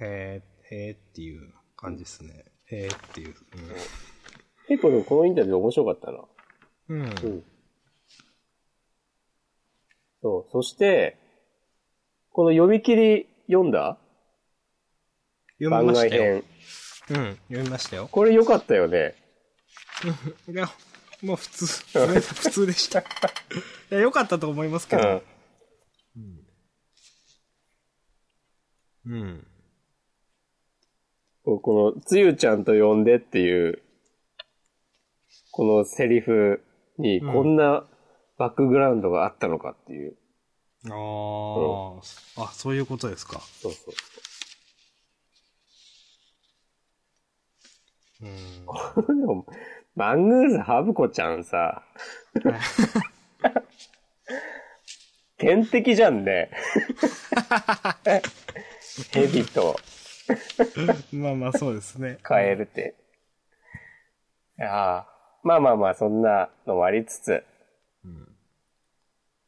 Speaker 2: へえ、へえっていう感じですね。へえっていう。
Speaker 1: 結構でもこのインタビュー面白かったな。
Speaker 2: うん。うん
Speaker 1: うん。そう。そして、この読み切り読んだ
Speaker 2: 読み
Speaker 1: 番
Speaker 2: ま
Speaker 1: 外
Speaker 2: したよ。
Speaker 1: 編。
Speaker 2: うん、読みましたよ。
Speaker 1: これ良かったよね。
Speaker 2: いや、もう普通、 普通でした。いや、良かったと思いますけ
Speaker 1: う
Speaker 2: ど。
Speaker 1: ん。
Speaker 7: うん。
Speaker 1: こうこの、つゆちゃんと呼んでっていう、このセリフに、こんなバックグラウンドがあったのかっていう。
Speaker 7: ああ、あ、そういうことですか。
Speaker 1: そうそう。
Speaker 7: うん。
Speaker 1: でも、マングースハブコちゃんさ、天敵じゃんね。 ヘビと
Speaker 2: まあまあ、そうですね。
Speaker 1: カエルって。いやーまあまあまあ、そんなのもありつつ。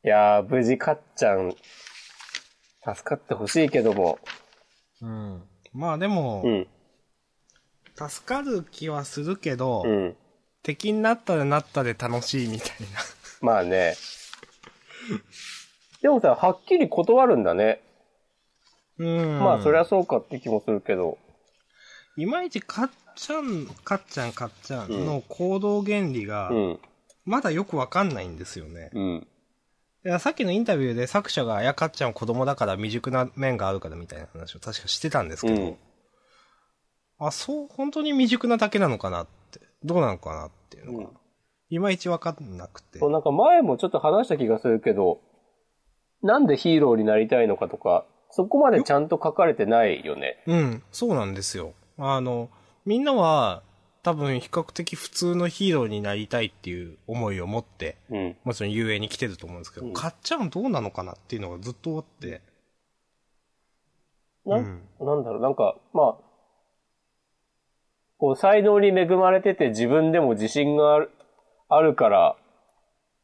Speaker 1: いやー、無事かっちゃん、助かってほしいけども。
Speaker 7: うん。まあでも
Speaker 1: う、ん、
Speaker 2: 助かる気はするけど、
Speaker 1: うん。
Speaker 2: 敵になったらなったで楽しいみたいな。
Speaker 1: まあね。でもさ、はっきり断るんだね。
Speaker 2: うん。
Speaker 1: まあ、そりゃそうかって気もするけど。
Speaker 2: いまいちかっちゃん、かっちゃんかっちゃんの行動原理が
Speaker 1: う、ん、
Speaker 2: まだよくわかんないんですよね。
Speaker 1: うん。
Speaker 2: いや、さっきのインタビューで作者が、いや、かっちゃんは子供だから未熟な面があるからみたいな話を確かしてたんですけど、
Speaker 1: うん
Speaker 2: あ、そう、本当に未熟なだけなのかなって、どうなのかなっていうのが、
Speaker 1: うん
Speaker 2: いまいちわかんなくて。
Speaker 1: そうなんか前もちょっと話した気がするけど、なんでヒーローになりたいのかとか、そこまでちゃんと書かれてないよね。
Speaker 2: うん、そうなんですよ。あの、みんなは、多分比較的普通のヒーローになりたいっていう思いを持って、
Speaker 1: うん。
Speaker 2: もちろん遊泳に来てると思うんですけど、
Speaker 1: うん
Speaker 2: かっちゃんどうなのかなっていうのがずっとあって、
Speaker 1: な,、
Speaker 7: うん
Speaker 1: なんだろう、なんか、まあ、こう、才能に恵まれてて自分でも自信があるあるから、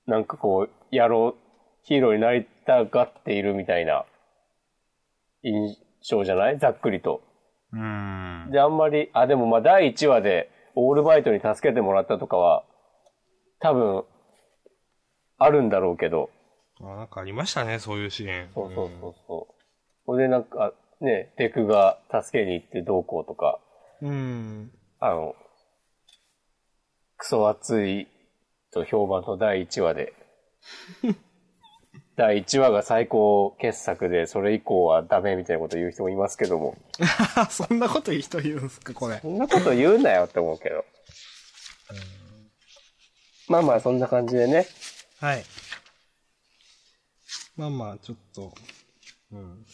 Speaker 1: なんかこう、やろう、ヒーローになりたがっているみたいな印象じゃないざっくりと。
Speaker 7: うん。
Speaker 1: で、あんまり、あ、でもまあ第1話でオールバイトに助けてもらったとかは、多分、あるんだろうけど。
Speaker 2: あなんかありましたね、そういうシーン。
Speaker 1: そうそうそうそう。これでなんか、ね、デクが助けに行ってどうこうとか、
Speaker 2: うん。
Speaker 1: あの、クソ熱いと評判の第1話で。 第1話が最高傑作で、それ以降はダメみたいなこと言う人もいますけども。
Speaker 2: あ そんなこと言う人言うんですか、これ。
Speaker 1: そんなこと言うなよって思うけど。まあまあ、そんな感じでね。
Speaker 2: はい。まあまあ、ちょっと、
Speaker 7: うん。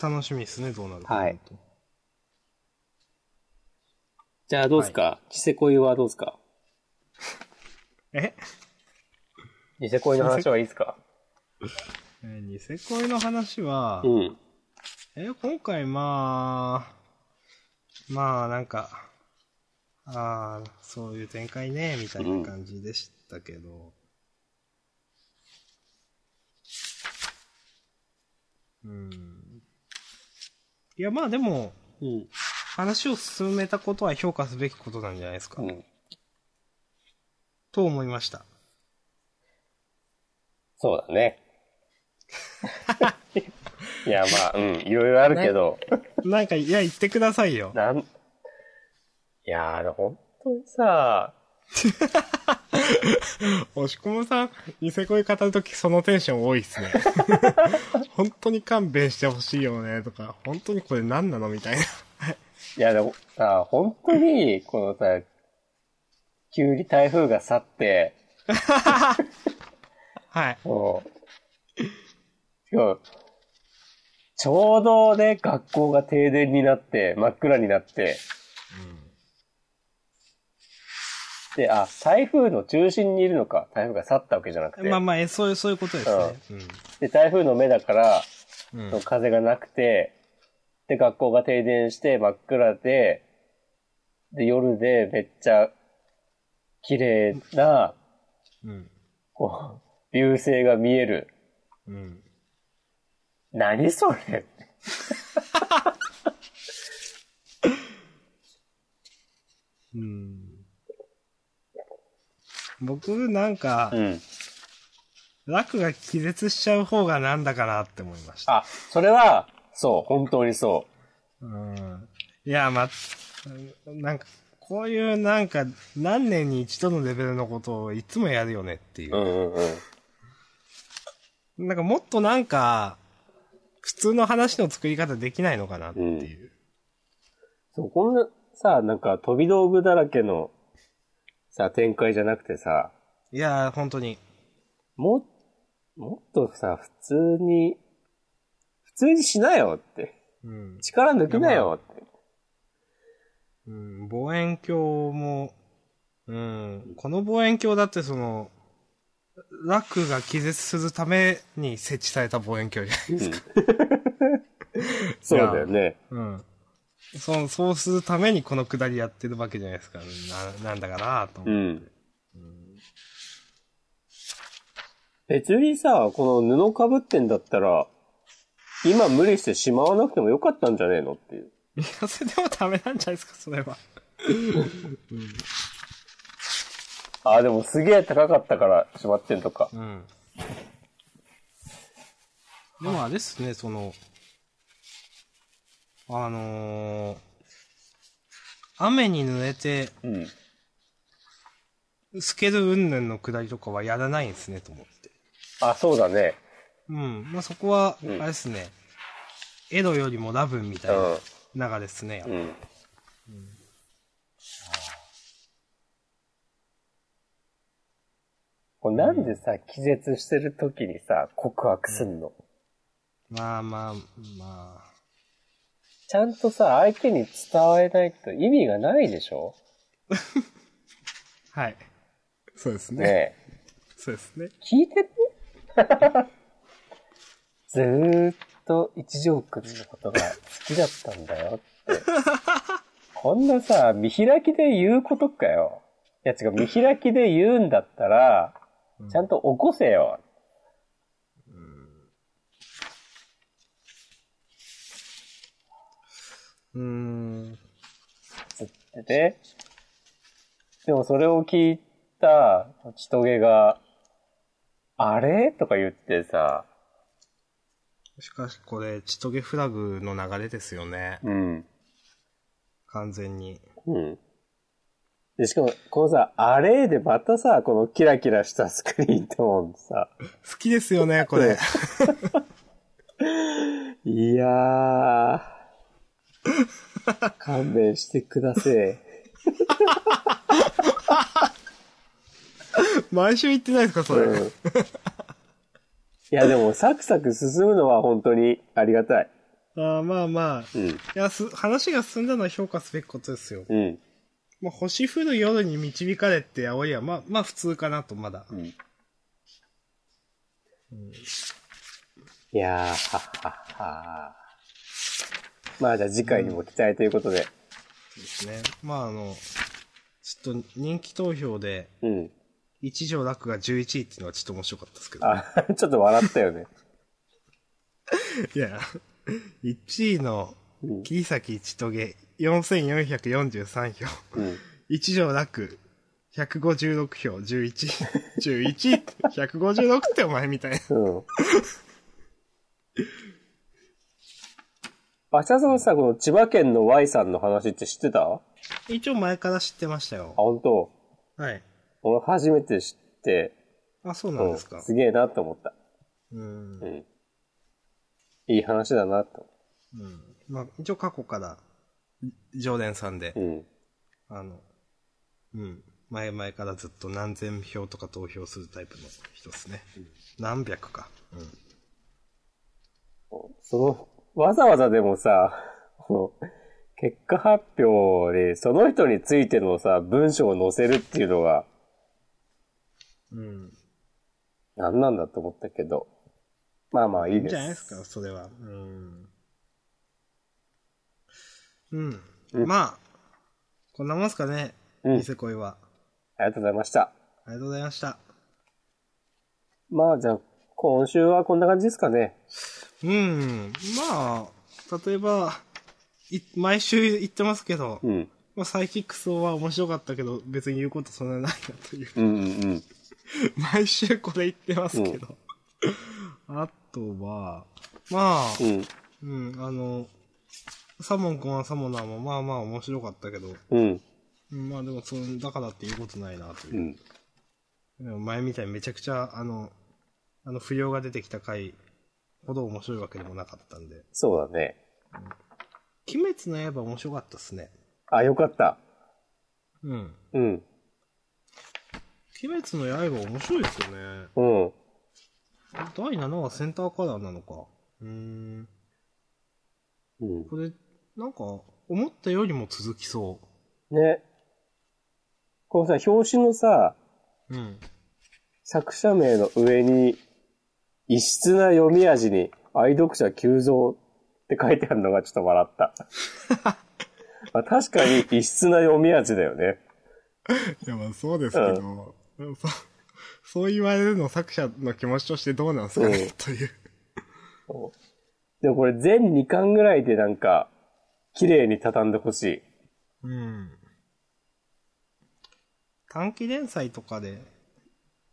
Speaker 2: 楽しみですね、どうなるか。
Speaker 1: はい。じゃあどうですか、ニセ恋はどうですか
Speaker 2: え
Speaker 1: ニセ恋の話はいいですか
Speaker 2: えーニセ恋の話は、
Speaker 1: うん。
Speaker 2: えー今回まあ、まあなんか、ああ、そういう展開ね、みたいな感じでしたけど、
Speaker 7: うん。
Speaker 2: いやまあでも、
Speaker 1: うん。
Speaker 2: 話を進めたことは評価すべきことなんじゃないですか。
Speaker 1: うん。
Speaker 2: と思いました。
Speaker 1: そうだ ね。いや、まあ、うん。いろいろあるけど、
Speaker 2: なんか、いや、言ってくださいよ。
Speaker 1: なん、いやー、本当にさ、
Speaker 2: 押し込むさん、ニセ恋語るときそのテンション多いっすね。本当に勘弁してほしいよね、とか、本当にこれ何なのみたいな。
Speaker 1: いや、でもさ、本当に、このさ、急に台風が去って、
Speaker 2: はい。
Speaker 1: そう。いやちょうどね、学校が停電になって、真っ暗になって。で、あ、台風の中心にいるのか。台風が去ったわけじゃなくて。
Speaker 2: まあまあ、えそういう、そういうことですね。
Speaker 1: で、台風の目だから、
Speaker 7: うん。うん
Speaker 1: その風がなくて、で、学校が停電して真っ暗で、で、夜でめっちゃ綺麗な、
Speaker 7: うん。
Speaker 1: こう、流星が見える。
Speaker 7: うん。
Speaker 1: 何それ
Speaker 7: うん。
Speaker 2: 僕、なんか、
Speaker 1: うん。
Speaker 2: 楽が気絶しちゃう方がなんだかなって思いました。
Speaker 1: あ、それは、そう、本当にそ。
Speaker 2: うん。いや、ま、なんか、こういうなんか、何年に一度のレベルのことをいつもやるよねっていう
Speaker 1: う
Speaker 2: う。
Speaker 1: んうんうん。
Speaker 2: なんかもっとなんか、普通の話の作り方できないのかなっていう。
Speaker 1: そう、こんな、さ、なんか飛び道具だらけの、さ、展開じゃなくてさ、
Speaker 2: いや、本当に。
Speaker 1: も、もっとさ、普通に、普通にしなよって。
Speaker 2: うん。
Speaker 1: 力抜きなよって。
Speaker 2: うん、望遠鏡も、うん、この望遠鏡だってその、ラックが気絶するために設置された望遠鏡じゃないで
Speaker 1: そ
Speaker 2: すか。
Speaker 1: うだよね。
Speaker 2: うん。 そう、そうするためにこのくだりやってるわけじゃないですか。な、なんだかなと
Speaker 1: う
Speaker 2: 思う。
Speaker 1: ん。別にさ、この布被ってんだったら、今無理してしまわなくてもよかったんじゃねえのっていう。
Speaker 2: 痩せでもダメなんじゃないですか、それは。
Speaker 1: あ、でもすげえ高かったからしまってんとか。
Speaker 2: うん。でもあれですね、その、あのー雨に濡れて、
Speaker 1: うん。
Speaker 2: スケル云々のくだりとかはやらないんですね、と思って。
Speaker 1: あ、そうだね。
Speaker 2: うん。まあ、そこは、あ
Speaker 1: ん
Speaker 2: れですね、エロよりもラブみたいな流れですね。
Speaker 1: うん。うん。これなんでさ、気絶してる時にさ、告白すんの、
Speaker 2: まあまあ、まあ。
Speaker 1: ちゃんとさ、相手に伝えないと意味がないでしょ
Speaker 2: はい。そうですね。
Speaker 1: ねえ。
Speaker 2: そうですね。
Speaker 1: 聞いてる ずーっと一条くんのことが好きだったんだよって。こんなさ、見開きで言うことかよ。いや違う、見開きで言うんだったら、ちゃんと起こせよ。
Speaker 2: うー
Speaker 1: っ
Speaker 2: ん。
Speaker 1: てね。でもそれを聞いた、ちとげが、あれとか言ってさ、
Speaker 2: しかしこれ、ちとげフラグの流れですよね。
Speaker 1: うん。
Speaker 2: 完全に。
Speaker 1: うん。で、しかも、このさ、あれでまたさ、このキラキラしたスクリーントーンさ、
Speaker 2: 好きですよね、 これ。
Speaker 1: いやー、勘弁してください。
Speaker 2: 毎週言ってないですか、それ。
Speaker 1: うん。いや、でも、サクサク進むのは本当にありがたい。
Speaker 2: あーまあまあ。
Speaker 1: う
Speaker 2: い
Speaker 1: ん。
Speaker 2: やす、話が進んだのは評価すべきことですよ。
Speaker 1: うん。
Speaker 2: まあ、星降る夜に導かれって、青いは、まあ、まあ普通かなと、まだ。
Speaker 1: うん。いやー、はっはっはー。まあ、じゃあ次回にも期待ということで。
Speaker 2: ですね。まああの、ちょっと人気投票で、
Speaker 1: うん。
Speaker 2: 一条楽が11位っていうのはちょっと面白かったですけど。
Speaker 1: あ、 ちょっと笑ったよね。
Speaker 2: いや、1位の
Speaker 1: うん、
Speaker 2: 桐崎千棘、4443票。
Speaker 1: うん。
Speaker 2: 一条楽、156票、11位。11位って、156ってお前みたいな。
Speaker 1: うん。あちらさんさ、この千葉県の Y さんの話って知ってたあ、
Speaker 2: 一応前から知ってましたよ。
Speaker 1: 本当
Speaker 2: はい。
Speaker 1: 俺初めて知って、
Speaker 2: あ、そうなん
Speaker 1: うん
Speaker 2: ですか。
Speaker 1: げえなと思った。
Speaker 2: うん。
Speaker 1: うん。いい話だなと。
Speaker 2: まあ、一応過去から、常連さんで
Speaker 1: う、ん。
Speaker 2: あの、うん。前々からずっと何千票とか投票するタイプの人ですね。何百か。うん。
Speaker 1: その、わざわざでもさ、この、結果発表で、その人についてのさ、文章を載せるっていうのが、
Speaker 2: うん。
Speaker 1: 何なんだと思ったけど。まあまあいいです。
Speaker 2: じゃないですか、それは。うん。うん。まあ、こんなもんすかね、
Speaker 1: うん
Speaker 2: ニセ恋は。
Speaker 1: ありがとうございました。
Speaker 2: ありがとうございました。
Speaker 1: まあじゃあ、今週はこんな感じですかね。
Speaker 2: うん。まあ、例えば、い毎週言ってますけど、
Speaker 1: うん。
Speaker 2: まあ、サイキックスは面白かったけど、別に言うことそんなないなという。
Speaker 1: うんうんうん。
Speaker 2: 毎週これ言ってますけど。あとは、まあ、
Speaker 1: うん。
Speaker 2: うん、あの、サモン君はサモナーもまあまあ面白かったけど、
Speaker 1: うん。
Speaker 2: うんまあでもその、だからって言うことないなと
Speaker 1: う
Speaker 2: いう。
Speaker 1: ん。
Speaker 2: でも前みたいにめちゃくちゃ、あの、あの、不要が出てきた回ほど面白いわけでもなかったんで。
Speaker 1: そうだね。
Speaker 2: 鬼滅の刃面白かったっすね。
Speaker 1: あ、よかった。
Speaker 2: うん。
Speaker 1: うん。
Speaker 2: 鬼滅の刃面白いですよね。
Speaker 1: うん。
Speaker 2: 第7話センターカラーなのか。うーん。
Speaker 1: うん。
Speaker 2: これ、なんか、思ったよりも続きそ
Speaker 1: ね。このさ、表紙のさ、
Speaker 2: う。うん。
Speaker 1: 作者名の上に、異質な読み味に愛読者急増って書いてあるのがちょっと笑 った。まあ、確かに異質な読み味だよね。
Speaker 2: いや、まあそうですけど、 そそう言われるの作者の気持ちとしてどうなんですかね、
Speaker 1: うん
Speaker 2: という。
Speaker 1: でもこれ全2巻ぐらいでなんか、綺麗に畳んでほしい。
Speaker 2: うん。短期連載とかで、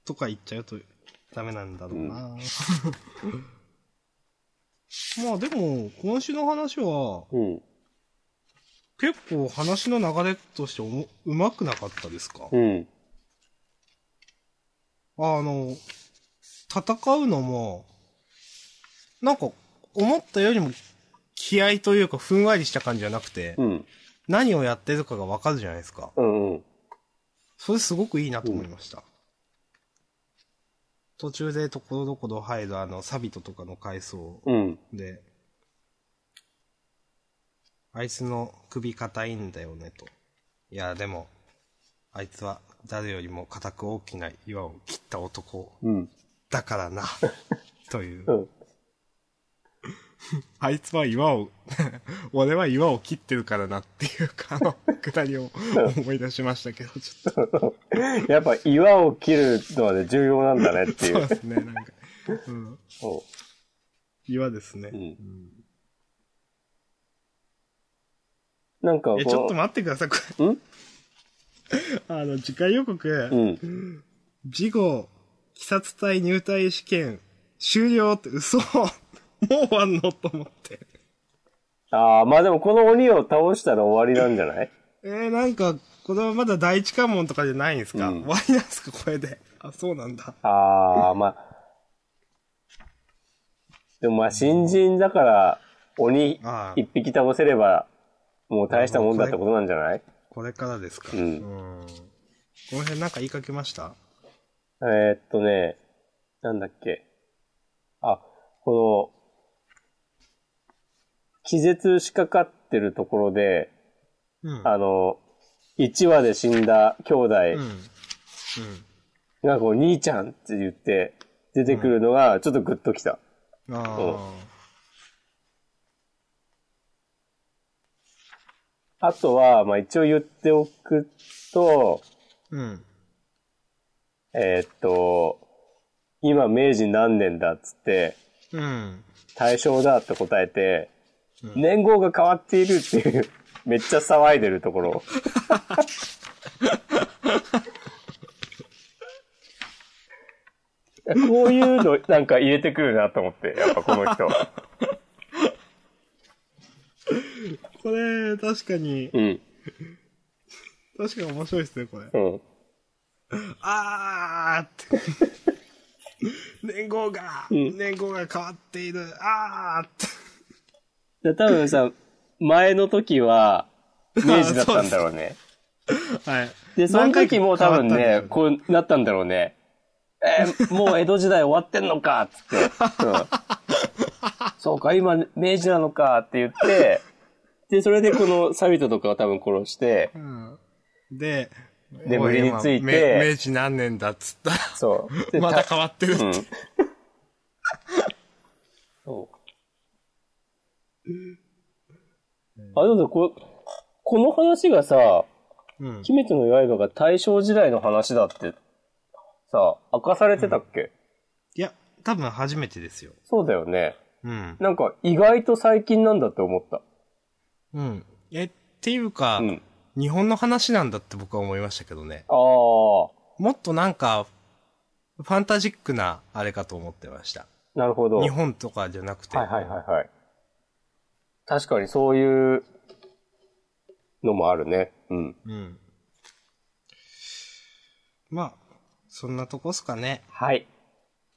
Speaker 2: とか言っちゃうとダメなんだろうな。 まあでも、今週の話は、
Speaker 1: うん。
Speaker 2: 結構話の流れとしておもうまくなかったですか、
Speaker 1: うん。
Speaker 2: あの、戦うのも、なんか、思ったよりも、気合というか、ふんわりした感じじゃなくて、
Speaker 1: うん。
Speaker 2: 何をやってるかがわかるじゃないですか。
Speaker 1: うんうん。
Speaker 2: それすごくいいなと思いました。途中でところどころ入るあの、サビトとかの回想
Speaker 1: うん。
Speaker 2: で、あいつの首硬いんだよねと。いや、でも、あいつは誰よりも硬く大きな岩を切った男
Speaker 1: うん。
Speaker 2: だからな、 という。
Speaker 1: うん。
Speaker 2: あいつは岩を、 俺は岩を切ってるからなっていうか、 あの、くだりを思い出しましたけど、ちょっと。
Speaker 1: やっぱ岩を切るのはね、重要なんだねってい
Speaker 2: そう
Speaker 1: う。
Speaker 2: ですね、なんか。うん。
Speaker 1: そ
Speaker 2: 岩ですね。
Speaker 1: う。うん
Speaker 2: ん。
Speaker 1: なんかこ
Speaker 2: え、
Speaker 1: う、
Speaker 2: ちょっと待ってください、これ。
Speaker 1: ん
Speaker 2: あの、次回予告、
Speaker 1: うん。
Speaker 2: 次号、鬼殺隊入隊試験、終了って、嘘もう終わんのと思って。
Speaker 1: ああ、まあでもこの鬼を倒したら終わりなんじゃない
Speaker 2: えー、なんか、これはまだ第一関門とかじゃないんですか、
Speaker 1: うん
Speaker 2: 終わりなんですか、これで。あ、そうなんだ。
Speaker 1: ああ、まあ。でもまあ新人だから、鬼
Speaker 2: ああ
Speaker 1: 一匹倒せれば、もう大したもんだってことなんじゃない
Speaker 2: これからですか。
Speaker 1: うん
Speaker 2: んこの辺なんか言いかけました
Speaker 1: えーっとね、なんだっけ。あ、この、気絶しかかってるところで、
Speaker 2: うん。
Speaker 1: あの、1話で死んだ兄弟
Speaker 2: うん。うん。
Speaker 1: がこう、兄ちゃんって言って出てくるのが、ちょっとグッときた。
Speaker 2: あ
Speaker 1: そ
Speaker 2: あ。
Speaker 1: あとは、まあ一応言っておくと、
Speaker 2: うん。
Speaker 1: えーっと、今明治何年だっつって、
Speaker 2: うん。
Speaker 1: 大正だって答えて、
Speaker 2: うん
Speaker 1: 年号が変わっているっていう、めっちゃ騒いでるところ。こういうのなんか入れてくるなと思って、やっぱこの人。
Speaker 2: これ、確かに、
Speaker 1: うん。
Speaker 2: 確かに面白いですね、これ。
Speaker 1: うん。
Speaker 2: あーって。年号が、
Speaker 1: ん
Speaker 2: 年号が変わっている。あーって。
Speaker 1: で多分さ、前の時は、明治だったんだろうね。
Speaker 2: はい。
Speaker 1: で、その時も多分
Speaker 2: 何回
Speaker 1: ね
Speaker 2: か、
Speaker 1: こうなったんだろうね。えーもう江戸時代終わってんのかっつって。うん、そうか、今、明治なのかって言って、で、それでこのサビトとかを多分殺して、
Speaker 2: 変わったんでしょうね。うん。で、
Speaker 1: で
Speaker 2: おい
Speaker 1: 無理について
Speaker 2: 今明明治何年だっつったら、
Speaker 1: そう。で
Speaker 2: また変わってるって。
Speaker 1: うん。そう。あ、でもさこ、この話がさ、
Speaker 2: うん。
Speaker 1: 鬼滅の刃が大正時代の話だって、さ、明かされてたっけ、
Speaker 2: いや、多分初めてですよ。
Speaker 1: そうだよね。
Speaker 2: うん。
Speaker 1: なんか意外と最近なんだって思った。
Speaker 2: うん。え、っていうか、
Speaker 1: うん。
Speaker 2: 日本の話なんだって僕は思いましたけどね。
Speaker 1: ああ、
Speaker 2: もっとなんか、ファンタジックなあれかと思ってました。
Speaker 1: なるほど。
Speaker 2: 日本とかじゃなくて。
Speaker 1: はいはいはいはい。確かにそういうのもあるね。うん。
Speaker 2: うん。まあ、そんなとこっすかね。
Speaker 1: はい。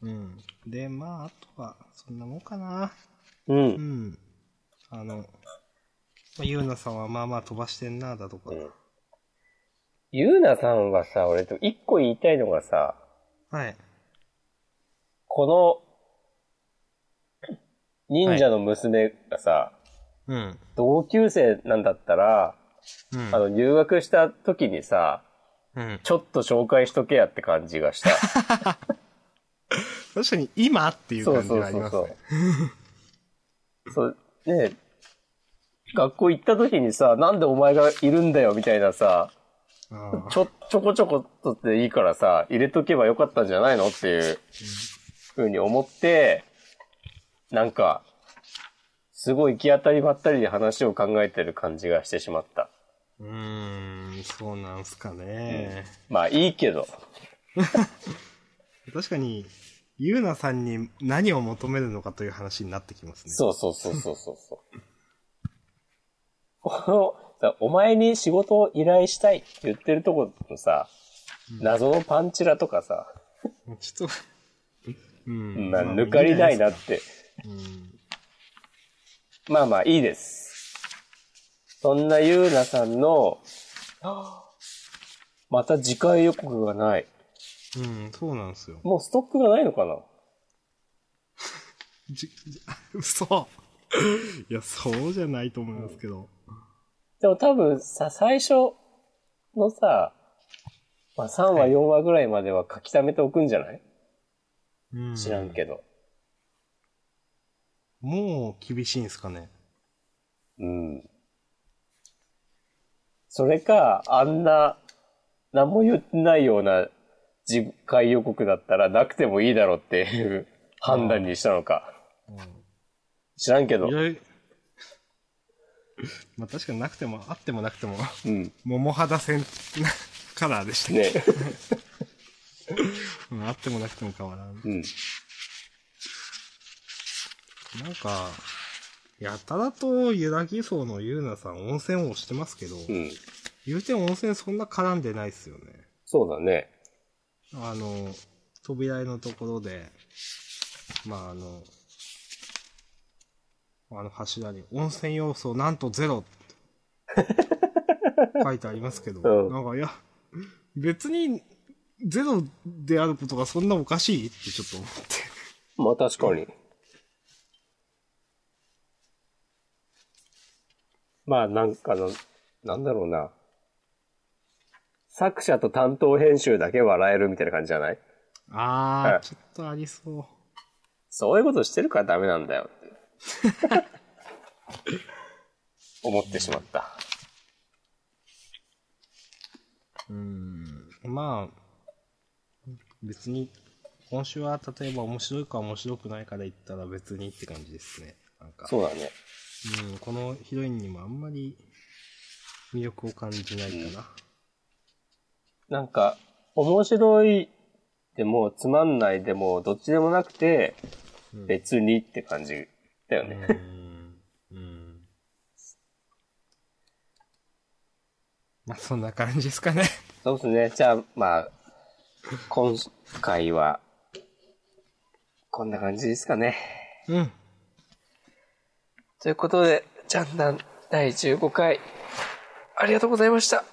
Speaker 2: うん。で、まあ、あとは、そんなもんかな。
Speaker 1: う。
Speaker 2: うんん。あの、まあ、ゆうなさんはまあまあ飛ばしてんな、だとか。
Speaker 1: うんゆうなさんはさ、俺と一個言いたいのがさ、
Speaker 2: はい。
Speaker 1: この、忍者の娘がさ、
Speaker 2: うん。
Speaker 1: 同級生なんだったら、
Speaker 2: うん
Speaker 1: あ。の、入学した時にさ、
Speaker 2: うん。
Speaker 1: ちょっと紹介しとけやって感じが した。
Speaker 2: 確かに今っていう
Speaker 1: そう
Speaker 2: 感じ
Speaker 1: そう
Speaker 2: があり
Speaker 1: そう
Speaker 2: ます
Speaker 1: そ
Speaker 2: ね。
Speaker 1: う。そう、ね学校行った時にさ、なんでお前がいるんだよみたいなさ、
Speaker 2: あ
Speaker 1: ちょ、ちょこちょこっとっていいからさ、入れとけばよかったんじゃないのっていう、ふうに思って、なんか、すごい行き当たりばったりで話を考えてる感じがしてしまった。
Speaker 2: ーうーん、そうなんすかね。
Speaker 1: まあいいけど。
Speaker 2: 確かに、ゆうなさんに何を求めるのかという話になってきますね。
Speaker 1: そうそうそうそうそうそう。この、 さお前に仕事を依頼したいって言ってるとこのさ、謎のパンチラとかさ、
Speaker 2: う。ちょっと、うん。
Speaker 1: まあ
Speaker 2: まあ
Speaker 1: 抜かりないなっ。て。まあまあいいです。そんなゆうなさんの、 また次回予告がない。
Speaker 2: いいんじゃないですかうん、そうなんですよ。
Speaker 1: もうストックがないのかな
Speaker 2: じ、 じ嘘。いや、そうじゃないと思いますけど。
Speaker 1: でも多分さ、最初のさ、まあ3話4話ぐらいまでは書き溜めておくんじゃない、
Speaker 2: うん。
Speaker 1: 知らんけど。
Speaker 2: もう厳しいんすかね。
Speaker 1: うん。それか、あんな、何も言ってないような次回予告だったらなくてもいいだろうっていう判断にしたのか。知らんけど
Speaker 2: い。や、まあ確かになくても、あってもなくても、
Speaker 1: うん。
Speaker 2: 桃肌線、カラーでしたね。
Speaker 1: ね。
Speaker 2: うん、あってもなくても変わらん。
Speaker 1: うん。
Speaker 2: なんか、やたらとゆらぎ荘のゆうなさん温泉をしてますけど、
Speaker 1: うん。
Speaker 2: 言うて温泉そんな絡んでないっすよね。
Speaker 1: そうだね。
Speaker 2: あの、扉絵のところで、まああの、あの柱に温泉要素なんとゼロって 書いてありますけど、
Speaker 1: うん
Speaker 2: なんかいや、別にゼロであることがそんなおかしいってちょっと思って。
Speaker 1: まあ確かに。まあなんかの、なんだろうな。作者と担当編集だけ笑えるみたいな感じじゃない
Speaker 2: あ
Speaker 1: はい
Speaker 2: ー、ちょっとありそう。
Speaker 1: そういうことしてるからダメなんだよって。思ってしまった。
Speaker 2: うんまあ、別に、今週は例えば面白いか面白くないかで言ったら別にって感じですね。なんか、
Speaker 1: そうだね。
Speaker 2: うん、このヒロインにもあんまり魅力を感じないかな。
Speaker 1: なんか、面白いでもつまんないでもどっちでもなくて、別にって感じだよね。
Speaker 2: うん。うん。まあ、そんな感じですかね。
Speaker 1: そうですね。じゃあ、まあ、今回は、こんな感じですかね。
Speaker 2: うん。
Speaker 1: ということで、ジャンダン第15回、ありがとうございました。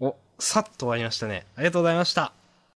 Speaker 2: お、さっと終わりましたね。ありがとうございました。